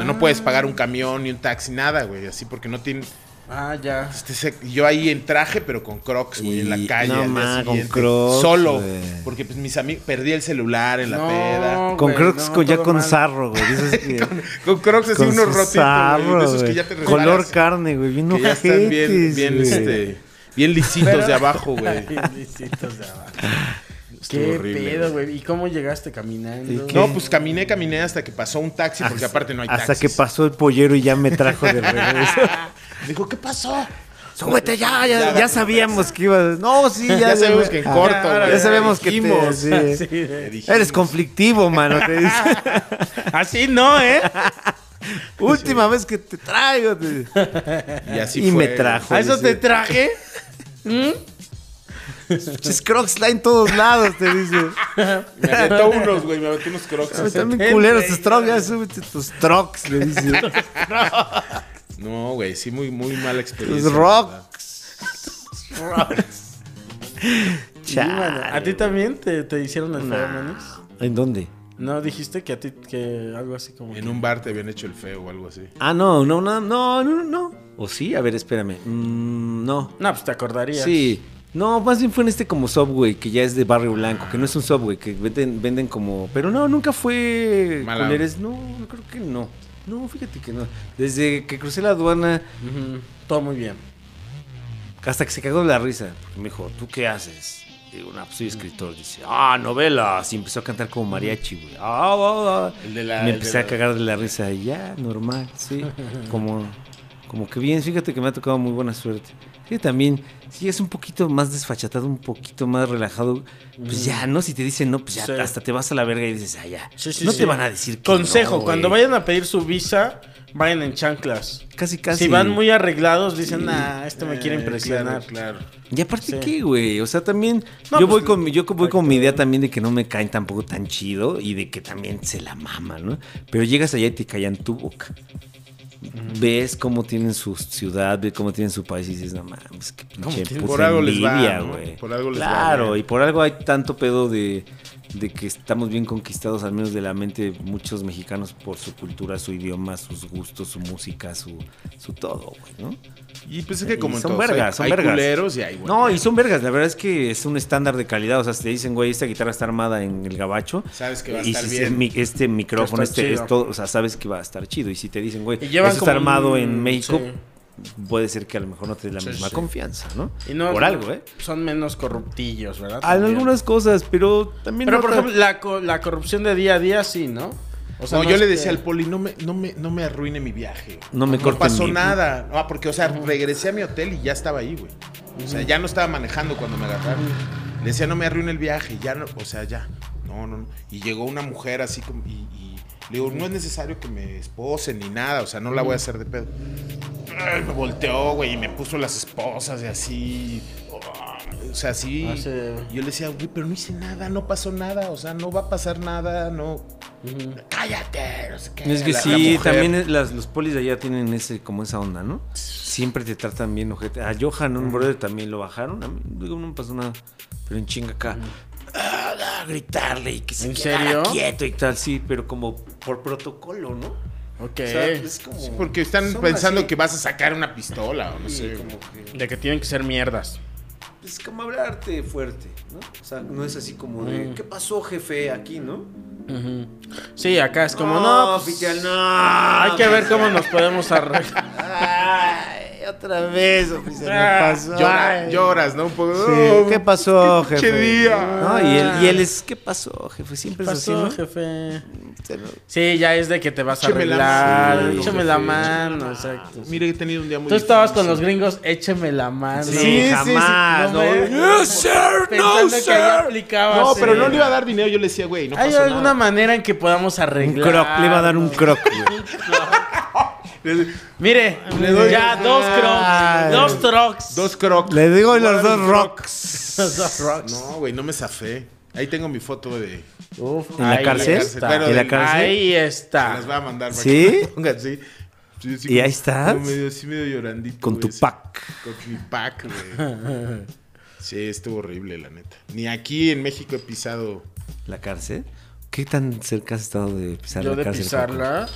Speaker 5: No puedes pagar un camión ni un taxi, nada, güey. Así porque no tienen.
Speaker 1: Ah, ya.
Speaker 5: este, se- yo ahí en traje, pero con crocs, güey, en la
Speaker 2: Y-
Speaker 5: calle.
Speaker 2: no
Speaker 5: al día
Speaker 2: ma, con
Speaker 5: siguiente.
Speaker 2: Crocs,
Speaker 5: Solo.
Speaker 2: güey.
Speaker 5: Porque pues mis amigos. Perdí el celular en la
Speaker 1: No.
Speaker 5: peda.
Speaker 2: Con
Speaker 1: güey,
Speaker 2: Crocs,
Speaker 1: no,
Speaker 2: con- ya
Speaker 1: todo
Speaker 2: con
Speaker 1: mal.
Speaker 2: sarro, güey. de
Speaker 5: [LAUGHS]
Speaker 2: esos que-
Speaker 5: Con crocs así
Speaker 2: con su
Speaker 5: unos rotitos, güey.
Speaker 2: sarro,
Speaker 5: De esos que
Speaker 2: güey.
Speaker 5: ya te resbalas,
Speaker 2: Color carne, güey. Bien
Speaker 5: Que ya están bien,
Speaker 2: ojetes,
Speaker 5: bien,
Speaker 2: güey.
Speaker 5: este, bien lisitos
Speaker 1: Pero-
Speaker 5: de abajo,
Speaker 1: [LAUGHS]
Speaker 5: güey.
Speaker 1: Lisitos de abajo.
Speaker 5: Estuvo
Speaker 1: Qué
Speaker 5: horrible,
Speaker 1: pedo, güey. ¿Y cómo llegaste caminando?
Speaker 2: ¿Y qué?
Speaker 5: No, pues caminé, caminé hasta que pasó un taxi, porque aparte no hay
Speaker 2: Hasta
Speaker 5: taxis.
Speaker 2: que pasó el pollero y ya me trajo de
Speaker 5: [LAUGHS]
Speaker 2: regreso.
Speaker 5: Dijo, ¿qué pasó?
Speaker 2: Súbete ya, ya,
Speaker 5: Ya,
Speaker 2: ya sabíamos que ibas. No, sí, ya,
Speaker 5: [LAUGHS] Ya, sabemos que en
Speaker 2: Ah,
Speaker 5: corto,
Speaker 2: Ya,
Speaker 5: güey.
Speaker 2: sabemos que te,
Speaker 5: Dijimos. [LAUGHS]
Speaker 2: sí.
Speaker 1: [LAUGHS] Sí.
Speaker 5: Le dije,
Speaker 2: Eres conflictivo, mano. te dice.
Speaker 5: [LAUGHS]
Speaker 1: Así no, ¿eh?
Speaker 2: Última vez que te traigo. te-
Speaker 5: Y así
Speaker 2: Y me
Speaker 5: fue.
Speaker 2: trajo.
Speaker 1: ¿A eso
Speaker 2: dice.
Speaker 1: te [LAUGHS] traje?
Speaker 2: Pinches crocs la en todos lados, te
Speaker 5: [LAUGHS]
Speaker 2: dice.
Speaker 5: Me aventó unos, güey, me aventó unos crocs.
Speaker 2: Están bien culeros tus trocs, ya súbete tus trocs, le dice.
Speaker 5: [LAUGHS] No, güey, sí, muy, muy mala
Speaker 2: Pues
Speaker 5: experiencia.
Speaker 2: Tus
Speaker 5: la
Speaker 2: rocks.
Speaker 1: Sí, mano. ¿A ti también te, te hicieron el feo, manis?
Speaker 2: ¿En dónde?
Speaker 1: No, dijiste que a ti, que algo así como...
Speaker 5: verdad.
Speaker 1: que-
Speaker 5: En un bar te habían hecho el feo o algo así.
Speaker 2: Ah, no, no, no, no, no, no. ¿O sí? A ver, espérame. Mm, no.
Speaker 1: No, pues te acordarías.
Speaker 2: Sí. No, más bien fue en este como Subway, que ya es de Barrio Blanco, que no es un Subway, que venden, venden como... Pero no, nunca fue...
Speaker 5: Mala
Speaker 2: culeres. No, creo que no. No, fíjate que no. Desde que crucé la aduana
Speaker 1: Ujú, Todo muy bien.
Speaker 2: hasta que se cagó de la risa. Me dijo, ¿tú qué haces? Digo, no, pues soy escritor. Dice, ah, novelas. Y empezó a cantar como mariachi, güey. Ah, ah, ah.
Speaker 5: El de la-
Speaker 2: Me
Speaker 5: el
Speaker 2: empecé
Speaker 5: de
Speaker 2: a
Speaker 5: la-
Speaker 2: cagar de la risa. Y ya, normal, sí. Como, como que bien, fíjate que me ha tocado muy buena suerte. Sí, también, si es un poquito más desfachatado, un poquito más relajado, pues ya, ¿no? Si te dicen no, pues ya
Speaker 1: Mm. Sí.
Speaker 2: hasta te vas a la verga y dices, ah, ya.
Speaker 1: Sí, sí,
Speaker 2: no
Speaker 1: sí.
Speaker 2: te van a decir que
Speaker 1: Consejo,
Speaker 2: no, güey.
Speaker 1: cuando vayan a pedir su visa, vayan en chanclas.
Speaker 2: Casi, casi.
Speaker 1: Si van muy arreglados, dicen, ah, este me quiere impresionar.
Speaker 5: Eh, Claro, claro.
Speaker 2: Y aparte,
Speaker 1: Sí.
Speaker 2: ¿qué, güey? O sea, también.
Speaker 1: No, pues,
Speaker 2: yo, voy con, mi- yo voy con mi idea también de que no me caen tampoco tan chido y de que también se la mama, ¿no? Pero llegas allá y te callan tu boca.
Speaker 5: Mm.
Speaker 2: Ves cómo tienen su ciudad, ves cómo tienen su país y dices, no mames, qué pinche
Speaker 5: tienen-
Speaker 2: puta
Speaker 5: por algo les va,
Speaker 2: envidia,
Speaker 5: ¿no?
Speaker 2: güey".
Speaker 5: Por algo les va,
Speaker 2: Claro,
Speaker 5: güey.
Speaker 2: y por algo hay tanto pedo de, de que estamos bien conquistados, al menos de la mente, muchos mexicanos por su cultura, su idioma, sus gustos, su música, su, su todo, güey, ¿no?
Speaker 5: Y pues es que
Speaker 2: Y
Speaker 5: como en
Speaker 2: son
Speaker 5: todos,
Speaker 2: vergas,
Speaker 5: hay,
Speaker 2: son
Speaker 5: hay
Speaker 2: vergas.
Speaker 5: culeros y hay, güey.
Speaker 2: No, y son vergas. La verdad es que es un estándar de calidad. O sea, si te dicen, güey, esta guitarra está armada en el gabacho.
Speaker 5: Sabes que va a
Speaker 2: y
Speaker 5: estar
Speaker 2: si
Speaker 5: bien.
Speaker 2: es mi- este micrófono,
Speaker 1: Que está
Speaker 2: este,
Speaker 1: chido.
Speaker 2: esto, o sea, sabes que va a estar chido. Y si te dicen, güey,
Speaker 1: Y llevan
Speaker 2: esto está
Speaker 1: como
Speaker 2: armado
Speaker 1: un-
Speaker 2: en México,
Speaker 1: sí.
Speaker 2: puede ser que a lo mejor no te dé la
Speaker 5: Sí,
Speaker 2: misma
Speaker 5: sí.
Speaker 2: confianza, ¿no?
Speaker 1: Y no-
Speaker 2: Por algo, ¿eh?
Speaker 1: Son menos corruptillos, ¿verdad?
Speaker 2: En
Speaker 1: También.
Speaker 2: algunas cosas, pero también.
Speaker 1: Pero,
Speaker 2: no
Speaker 1: por
Speaker 2: tan-
Speaker 1: ejemplo, la, co- la corrupción de día a día, sí, ¿no? O no
Speaker 5: no, yo
Speaker 1: es
Speaker 5: le
Speaker 1: que-
Speaker 5: decía al poli, no me, no me, no me arruine mi viaje. güey.
Speaker 2: No me
Speaker 5: No
Speaker 2: corten
Speaker 5: pasó
Speaker 2: mi-
Speaker 5: nada. Ah, porque, o sea, regresé a mi hotel y ya estaba ahí, güey. O sea, ya no estaba manejando cuando me agarraron. Le decía, no me arruine el viaje. Ya no, o sea, ya. No, no, no. Y llegó una mujer así como. Y, y le digo, no es necesario que me esposen ni nada. O sea, no la voy a hacer de pedo. Ay, me volteó, güey, y me puso las esposas y así. O sea, así.
Speaker 1: Ah, sí.
Speaker 5: Yo le decía, güey, pero no hice nada, no pasó nada. O sea, no va a pasar nada, no. Cállate, no sé qué.
Speaker 2: Es que
Speaker 5: La- la
Speaker 2: sí,
Speaker 5: mujer.
Speaker 2: también es- las- los polis de allá tienen ese, como esa onda, ¿no? Siempre te tratan bien, ojete. A Johan,
Speaker 5: Mm.
Speaker 2: un brother, también lo bajaron. A mí, digo, no me pasó nada. Pero en chinga acá.
Speaker 5: Mm.
Speaker 2: ah, ah, gritarle y que se
Speaker 1: ¿En
Speaker 2: quedara
Speaker 1: serio?
Speaker 2: quieto y tal, sí, pero como por protocolo, ¿no?
Speaker 1: Ok.
Speaker 2: O sea, es como-
Speaker 5: Pues Sí, porque están
Speaker 2: Oh, son
Speaker 5: pensando
Speaker 2: así,
Speaker 5: que vas a sacar una pistola o no sé.
Speaker 2: como que-
Speaker 1: De que tienen que ser mierdas.
Speaker 2: Es como hablarte fuerte, ¿no? O sea, no es así como de,
Speaker 5: Mm.
Speaker 2: ¿qué pasó, jefe, aquí, no?
Speaker 1: Sí, acá es como, no, pues,
Speaker 2: oficial, no.
Speaker 1: hay que ver cómo nos podemos arreglar.
Speaker 2: [LAUGHS] Ay, otra vez, oficial,
Speaker 1: Ah,
Speaker 2: me pasó.
Speaker 5: Llora-
Speaker 2: Ay.
Speaker 5: lloras, ¿no? Un poco.
Speaker 2: Sí,
Speaker 5: "Oh,
Speaker 2: ¿Qué pasó,
Speaker 5: pinche
Speaker 2: jefe?
Speaker 5: día".
Speaker 2: No, y, él, y él es, ¿qué pasó, jefe? Siempre es así,
Speaker 1: pasó,
Speaker 2: ¿no?
Speaker 1: jefe?
Speaker 2: Se lo-
Speaker 1: pues, Sí, ya es de que te vas a
Speaker 5: Écheme
Speaker 1: arreglar.
Speaker 5: la mano,
Speaker 1: échame
Speaker 5: jefe,
Speaker 1: la
Speaker 5: écheme la
Speaker 1: mano,
Speaker 2: Ah,
Speaker 1: exacto.
Speaker 5: Mire, he tenido un día muy
Speaker 1: Tú estabas con
Speaker 5: difícil".
Speaker 1: los gringos, écheme la mano.
Speaker 2: Sí, jamás,
Speaker 1: No,
Speaker 2: ¿no?
Speaker 1: me-
Speaker 2: [LAUGHS] No, sir,
Speaker 1: Pensando
Speaker 2: no,
Speaker 1: que
Speaker 2: sir.
Speaker 1: ya aplicabas.
Speaker 5: No, pero
Speaker 1: eh.
Speaker 5: no le iba a dar dinero, yo le decía, güey, no
Speaker 1: ¿Hay
Speaker 5: pasó
Speaker 1: alguna
Speaker 5: nada.
Speaker 1: manera en que podamos
Speaker 2: Un
Speaker 1: arreglar?
Speaker 2: croc, le iba a dar un croc.
Speaker 1: [LAUGHS] Mire,
Speaker 5: Le doy-
Speaker 1: ya dos
Speaker 2: Ay.
Speaker 1: crocs, dos trocs.
Speaker 5: Dos crocs.
Speaker 2: Le digo
Speaker 5: Voy a
Speaker 2: los
Speaker 5: dar
Speaker 2: dos
Speaker 5: un croc.
Speaker 2: rocks.
Speaker 1: Los [LAUGHS] dos rocks.
Speaker 5: No, güey, no me zafé. Ahí tengo mi foto de.
Speaker 1: Uf,
Speaker 2: ¿En la
Speaker 1: ahí
Speaker 2: cárcel?
Speaker 1: está.
Speaker 5: Pero
Speaker 2: ¿En la
Speaker 5: del-
Speaker 2: cárcel?
Speaker 1: Ahí
Speaker 5: Se
Speaker 1: está.
Speaker 5: las va a mandar. para
Speaker 2: Ah. ¿Sí?
Speaker 5: que pongan, sí. Sí, sí,
Speaker 2: ¿Y ahí
Speaker 5: como-
Speaker 2: estás?
Speaker 5: como medio, sí, medio llorandito.
Speaker 2: Con
Speaker 5: güey,
Speaker 2: tu
Speaker 5: sí.
Speaker 2: pack.
Speaker 5: Con mi pack, güey.
Speaker 2: [LAUGHS]
Speaker 5: Sí, estuvo horrible, la neta. Ni aquí en México he pisado.
Speaker 2: ¿La cárcel? ¿Qué tan cerca has estado de pisar
Speaker 1: Yo
Speaker 2: la
Speaker 1: de
Speaker 2: cárcel?
Speaker 1: pisarla.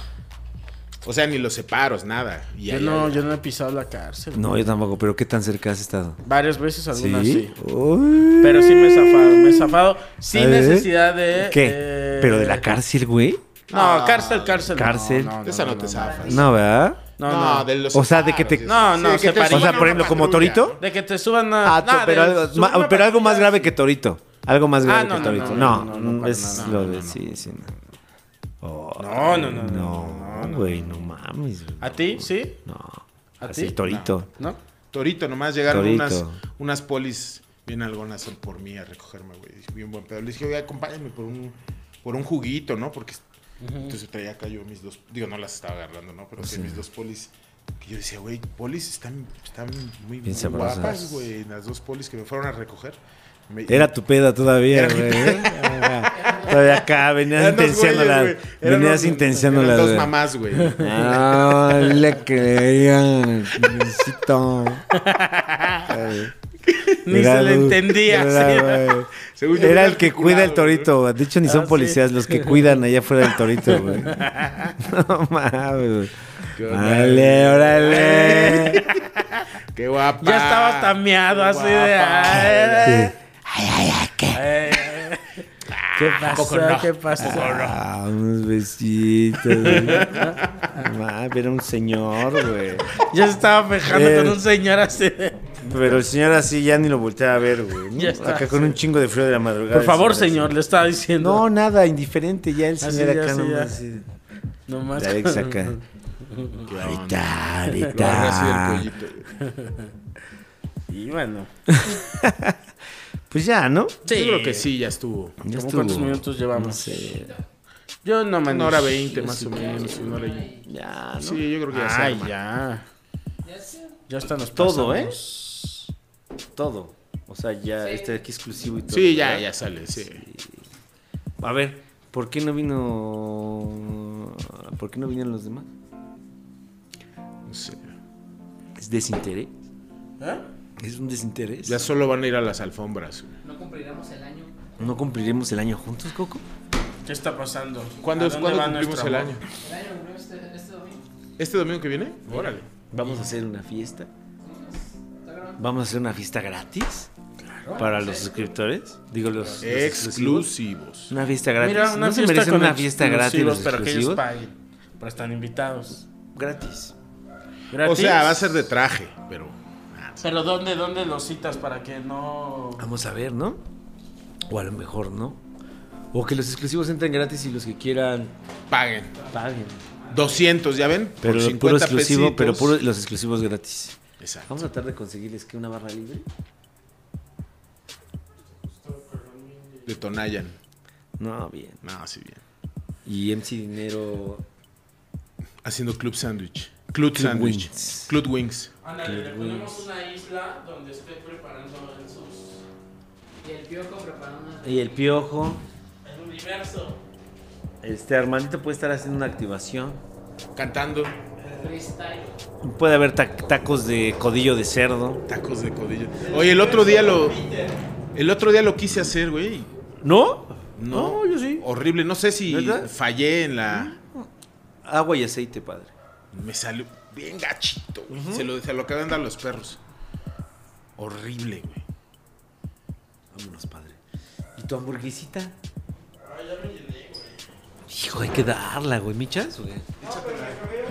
Speaker 5: O sea, ni los separos, nada. Y
Speaker 1: Yo
Speaker 5: allá,
Speaker 1: no,
Speaker 5: allá.
Speaker 1: yo no he pisado la cárcel.
Speaker 2: No, yo tampoco, pero ¿qué tan cerca has estado?
Speaker 1: Varias veces, algunas sí.
Speaker 2: Uy.
Speaker 1: Pero sí me he zafado, me he zafado sin
Speaker 2: A ver.
Speaker 1: necesidad de.
Speaker 2: ¿Eh? ¿Qué?
Speaker 1: eh,
Speaker 2: ¿Pero de la cárcel, güey?
Speaker 1: No, cárcel, cárcel. no,
Speaker 2: Cárcel.
Speaker 1: No, no,
Speaker 5: Esa no,
Speaker 1: no,
Speaker 5: te zafas.
Speaker 2: No, ¿verdad?
Speaker 1: No, no.
Speaker 5: de los
Speaker 2: O sea, de que te-
Speaker 5: separos,
Speaker 1: No,
Speaker 5: sí,
Speaker 1: no,
Speaker 5: de que te
Speaker 1: separito.
Speaker 5: suban
Speaker 1: O sea,
Speaker 5: a
Speaker 2: por
Speaker 5: una
Speaker 2: ejemplo, como
Speaker 5: patrulla.
Speaker 2: torito.
Speaker 1: De que te suban a.
Speaker 2: Ah,
Speaker 1: no,
Speaker 2: to- pero,
Speaker 1: de-
Speaker 2: algo,
Speaker 1: suban
Speaker 2: ma-
Speaker 1: una
Speaker 2: pero algo más
Speaker 1: patrulla,
Speaker 2: grave que Torito. Algo más grave
Speaker 1: Ah, no,
Speaker 2: que
Speaker 1: no, no,
Speaker 2: Torito.
Speaker 1: no,
Speaker 2: No,
Speaker 1: no, no, para
Speaker 2: es
Speaker 1: nada,
Speaker 2: lo
Speaker 1: no,
Speaker 2: de.
Speaker 1: no,
Speaker 2: sí, sí. No, Oh,
Speaker 1: No, no, no, no, no,
Speaker 2: No,
Speaker 1: no,
Speaker 2: güey, no mames. güey.
Speaker 1: ¿A ti? ¿Sí?
Speaker 2: No.
Speaker 1: ¿A
Speaker 2: Así,
Speaker 1: ti?
Speaker 2: Torito.
Speaker 1: ¿No?
Speaker 5: Torito, nomás llegaron
Speaker 2: Torito.
Speaker 5: unas unas polis bien algonas por mí a recogerme, güey. Dije, Bien buen pedo. Le dije, oye, acompáñame por un, por un juguito, ¿no? Porque entonces traía acá yo mis dos, digo, no las estaba agarrando, ¿no? Pero sí, mis dos polis. Que yo decía, güey, polis están, están muy, muy
Speaker 2: sabrosas.
Speaker 5: guapas, güey. Las dos polis que me fueron a recoger. Me-
Speaker 2: Era tu peda todavía,
Speaker 5: Era mi
Speaker 2: güey. Ajá. todavía acá, venías
Speaker 5: Eran dos
Speaker 2: intenciándola.
Speaker 5: güeyes, güey. Eran
Speaker 2: Venías
Speaker 5: dos-
Speaker 2: intenciándola,
Speaker 5: eran dos
Speaker 2: güey. [LAUGHS]
Speaker 5: mamás, güey.
Speaker 2: Ah, no le
Speaker 1: [LAUGHS]
Speaker 2: creían. Necesito.
Speaker 1: Ni se le entendía, sí.
Speaker 5: Según yo,
Speaker 2: Era
Speaker 5: bien
Speaker 2: el que cuida el
Speaker 5: articulado,
Speaker 2: torito, güey. De hecho, ni
Speaker 1: Ah,
Speaker 2: son
Speaker 1: sí.
Speaker 2: policías los que cuidan allá afuera del torito, güey. No mames,
Speaker 5: Qué
Speaker 2: güey.
Speaker 5: onda,
Speaker 2: Órale,
Speaker 5: güey.
Speaker 2: órale.
Speaker 5: güey. Qué guapa.
Speaker 1: Ya estabas tameado
Speaker 5: Qué
Speaker 1: así de.
Speaker 5: guapa.
Speaker 1: Ay, ay,
Speaker 2: [LAUGHS] Sí. ¿qué?
Speaker 1: ay. ¿Qué pasó? ¿Qué pasó?
Speaker 2: Ah, unos besitos, güey. Ah, era un señor, güey.
Speaker 1: Yo estaba fejando
Speaker 2: Eh.
Speaker 1: con un señor así de.
Speaker 2: Pero el señor así ya ni lo volteaba a ver, güey. ¿no?
Speaker 1: Ya está,
Speaker 2: Acá con un chingo de frío de la madrugada.
Speaker 1: Por
Speaker 2: el
Speaker 1: favor,
Speaker 2: así.
Speaker 1: señor, le estaba diciendo.
Speaker 2: No, nada, indiferente. Ya el señor
Speaker 1: ya,
Speaker 2: acá
Speaker 1: sí,
Speaker 2: nomás
Speaker 1: ya.
Speaker 2: así de-
Speaker 1: Nomás.
Speaker 2: Ya ves [LAUGHS] acá.
Speaker 5: Qué
Speaker 2: Ahí
Speaker 5: onda.
Speaker 2: está, ahí
Speaker 5: Lo agarré así
Speaker 2: está.
Speaker 5: del cuellito, güey.
Speaker 1: Y bueno.
Speaker 2: Pues ya, ¿no?
Speaker 1: Sí.
Speaker 5: Yo creo que sí, ya estuvo.
Speaker 2: Ya
Speaker 1: ¿Cómo
Speaker 2: estuvo.
Speaker 1: ¿Cuántos minutos llevamos?
Speaker 2: No sé.
Speaker 1: Yo no me.
Speaker 5: Una hora veinte más o menos, una hora y...
Speaker 2: Ya, ¿no?
Speaker 5: Sí, yo creo que ya se
Speaker 1: Ay,
Speaker 5: arma.
Speaker 1: ya.
Speaker 3: Ya sé.
Speaker 1: Ya está nos
Speaker 2: Todo, ¿eh?
Speaker 5: ¿eh?
Speaker 1: pasamos.
Speaker 2: Todo. O sea, ya
Speaker 3: Sí.
Speaker 2: este de aquí exclusivo y todo.
Speaker 5: Sí, ya,
Speaker 2: ¿verdad?
Speaker 5: ya sale, sí.
Speaker 2: A ver, ¿por qué no vino. ¿Por qué no vinieron los demás?
Speaker 5: No sé.
Speaker 2: ¿Es desinterés?
Speaker 1: ¿Eh?
Speaker 2: ¿Es un desinterés?
Speaker 5: Ya solo van a ir a las alfombras.
Speaker 3: No cumpliremos el año.
Speaker 2: ¿No cumpliremos el año juntos, Coco?
Speaker 1: ¿Qué está pasando?
Speaker 5: ¿Cuándo,
Speaker 1: ¿A
Speaker 5: es-
Speaker 1: dónde
Speaker 5: ¿cuándo
Speaker 1: va
Speaker 5: cumplimos
Speaker 1: nuestro
Speaker 5: el
Speaker 1: amor?
Speaker 5: año?
Speaker 3: El año cumplimos este, este domingo.
Speaker 5: ¿Este domingo que viene? Órale.
Speaker 2: ¿Vamos a hacer una fiesta?
Speaker 3: ¿Está grabando?
Speaker 2: ¿Vamos a hacer una fiesta gratis? Para los suscriptores. Digo, los. los exclusivos.
Speaker 5: Exclusivos.
Speaker 2: Una fiesta gratis.
Speaker 1: Mira, una
Speaker 2: ¿No se
Speaker 1: fiesta
Speaker 2: merece
Speaker 1: con
Speaker 2: una fiesta gratis
Speaker 1: exclusivos,
Speaker 2: los
Speaker 1: pero que ellos
Speaker 2: exclusivos?
Speaker 1: paguen. Pero están invitados.
Speaker 2: Gratis.
Speaker 5: O
Speaker 1: Gratis.
Speaker 5: sea, va a ser de traje, pero...
Speaker 1: Pero ¿dónde, dónde los citas para que no.
Speaker 2: Vamos a ver, ¿no? O a lo mejor no. O que los exclusivos entren gratis y los que quieran
Speaker 5: Paguen.
Speaker 2: paguen.
Speaker 5: 200, ¿ya ven? Por
Speaker 2: Pero
Speaker 5: 50
Speaker 2: puro exclusivo,
Speaker 5: pesitos.
Speaker 2: pero puro los exclusivos gratis.
Speaker 5: Exacto.
Speaker 2: Vamos a tratar de conseguirles que una barra libre.
Speaker 5: De Tonayan.
Speaker 2: No, bien.
Speaker 5: No, sí, bien.
Speaker 2: Y MC Dinero.
Speaker 5: Haciendo Club Sandwich. Club,
Speaker 2: Club
Speaker 5: Sandwich.
Speaker 2: Wings.
Speaker 5: Club Wings.
Speaker 1: Ándale, le ponemos una isla donde esté preparando en sus.
Speaker 3: Y el pioco preparando
Speaker 1: Eh.
Speaker 3: una...
Speaker 2: Y el piojo.
Speaker 1: el universo.
Speaker 2: Este Armandito puede estar haciendo una activación.
Speaker 5: Cantando
Speaker 3: freestyle.
Speaker 2: Puede haber ta- tacos de codillo de cerdo.
Speaker 5: tacos de codillo. Oye, el otro día lo... El otro día lo quise hacer, güey. y
Speaker 2: ¿No?
Speaker 5: No,
Speaker 2: yo sí.
Speaker 5: Horrible, no sé si
Speaker 2: ¿Verdad?
Speaker 5: fallé en la.
Speaker 2: Agua y aceite, padre.
Speaker 5: Me salió bien gachito, güey. Se lo, se lo acaban de dar los perros. Horrible, güey.
Speaker 2: Vámonos, padre. ¿Y tu hamburguesita? Ay, ya me llené, güey. Hijo, hay que darla, güey. ¿Michas? Güey?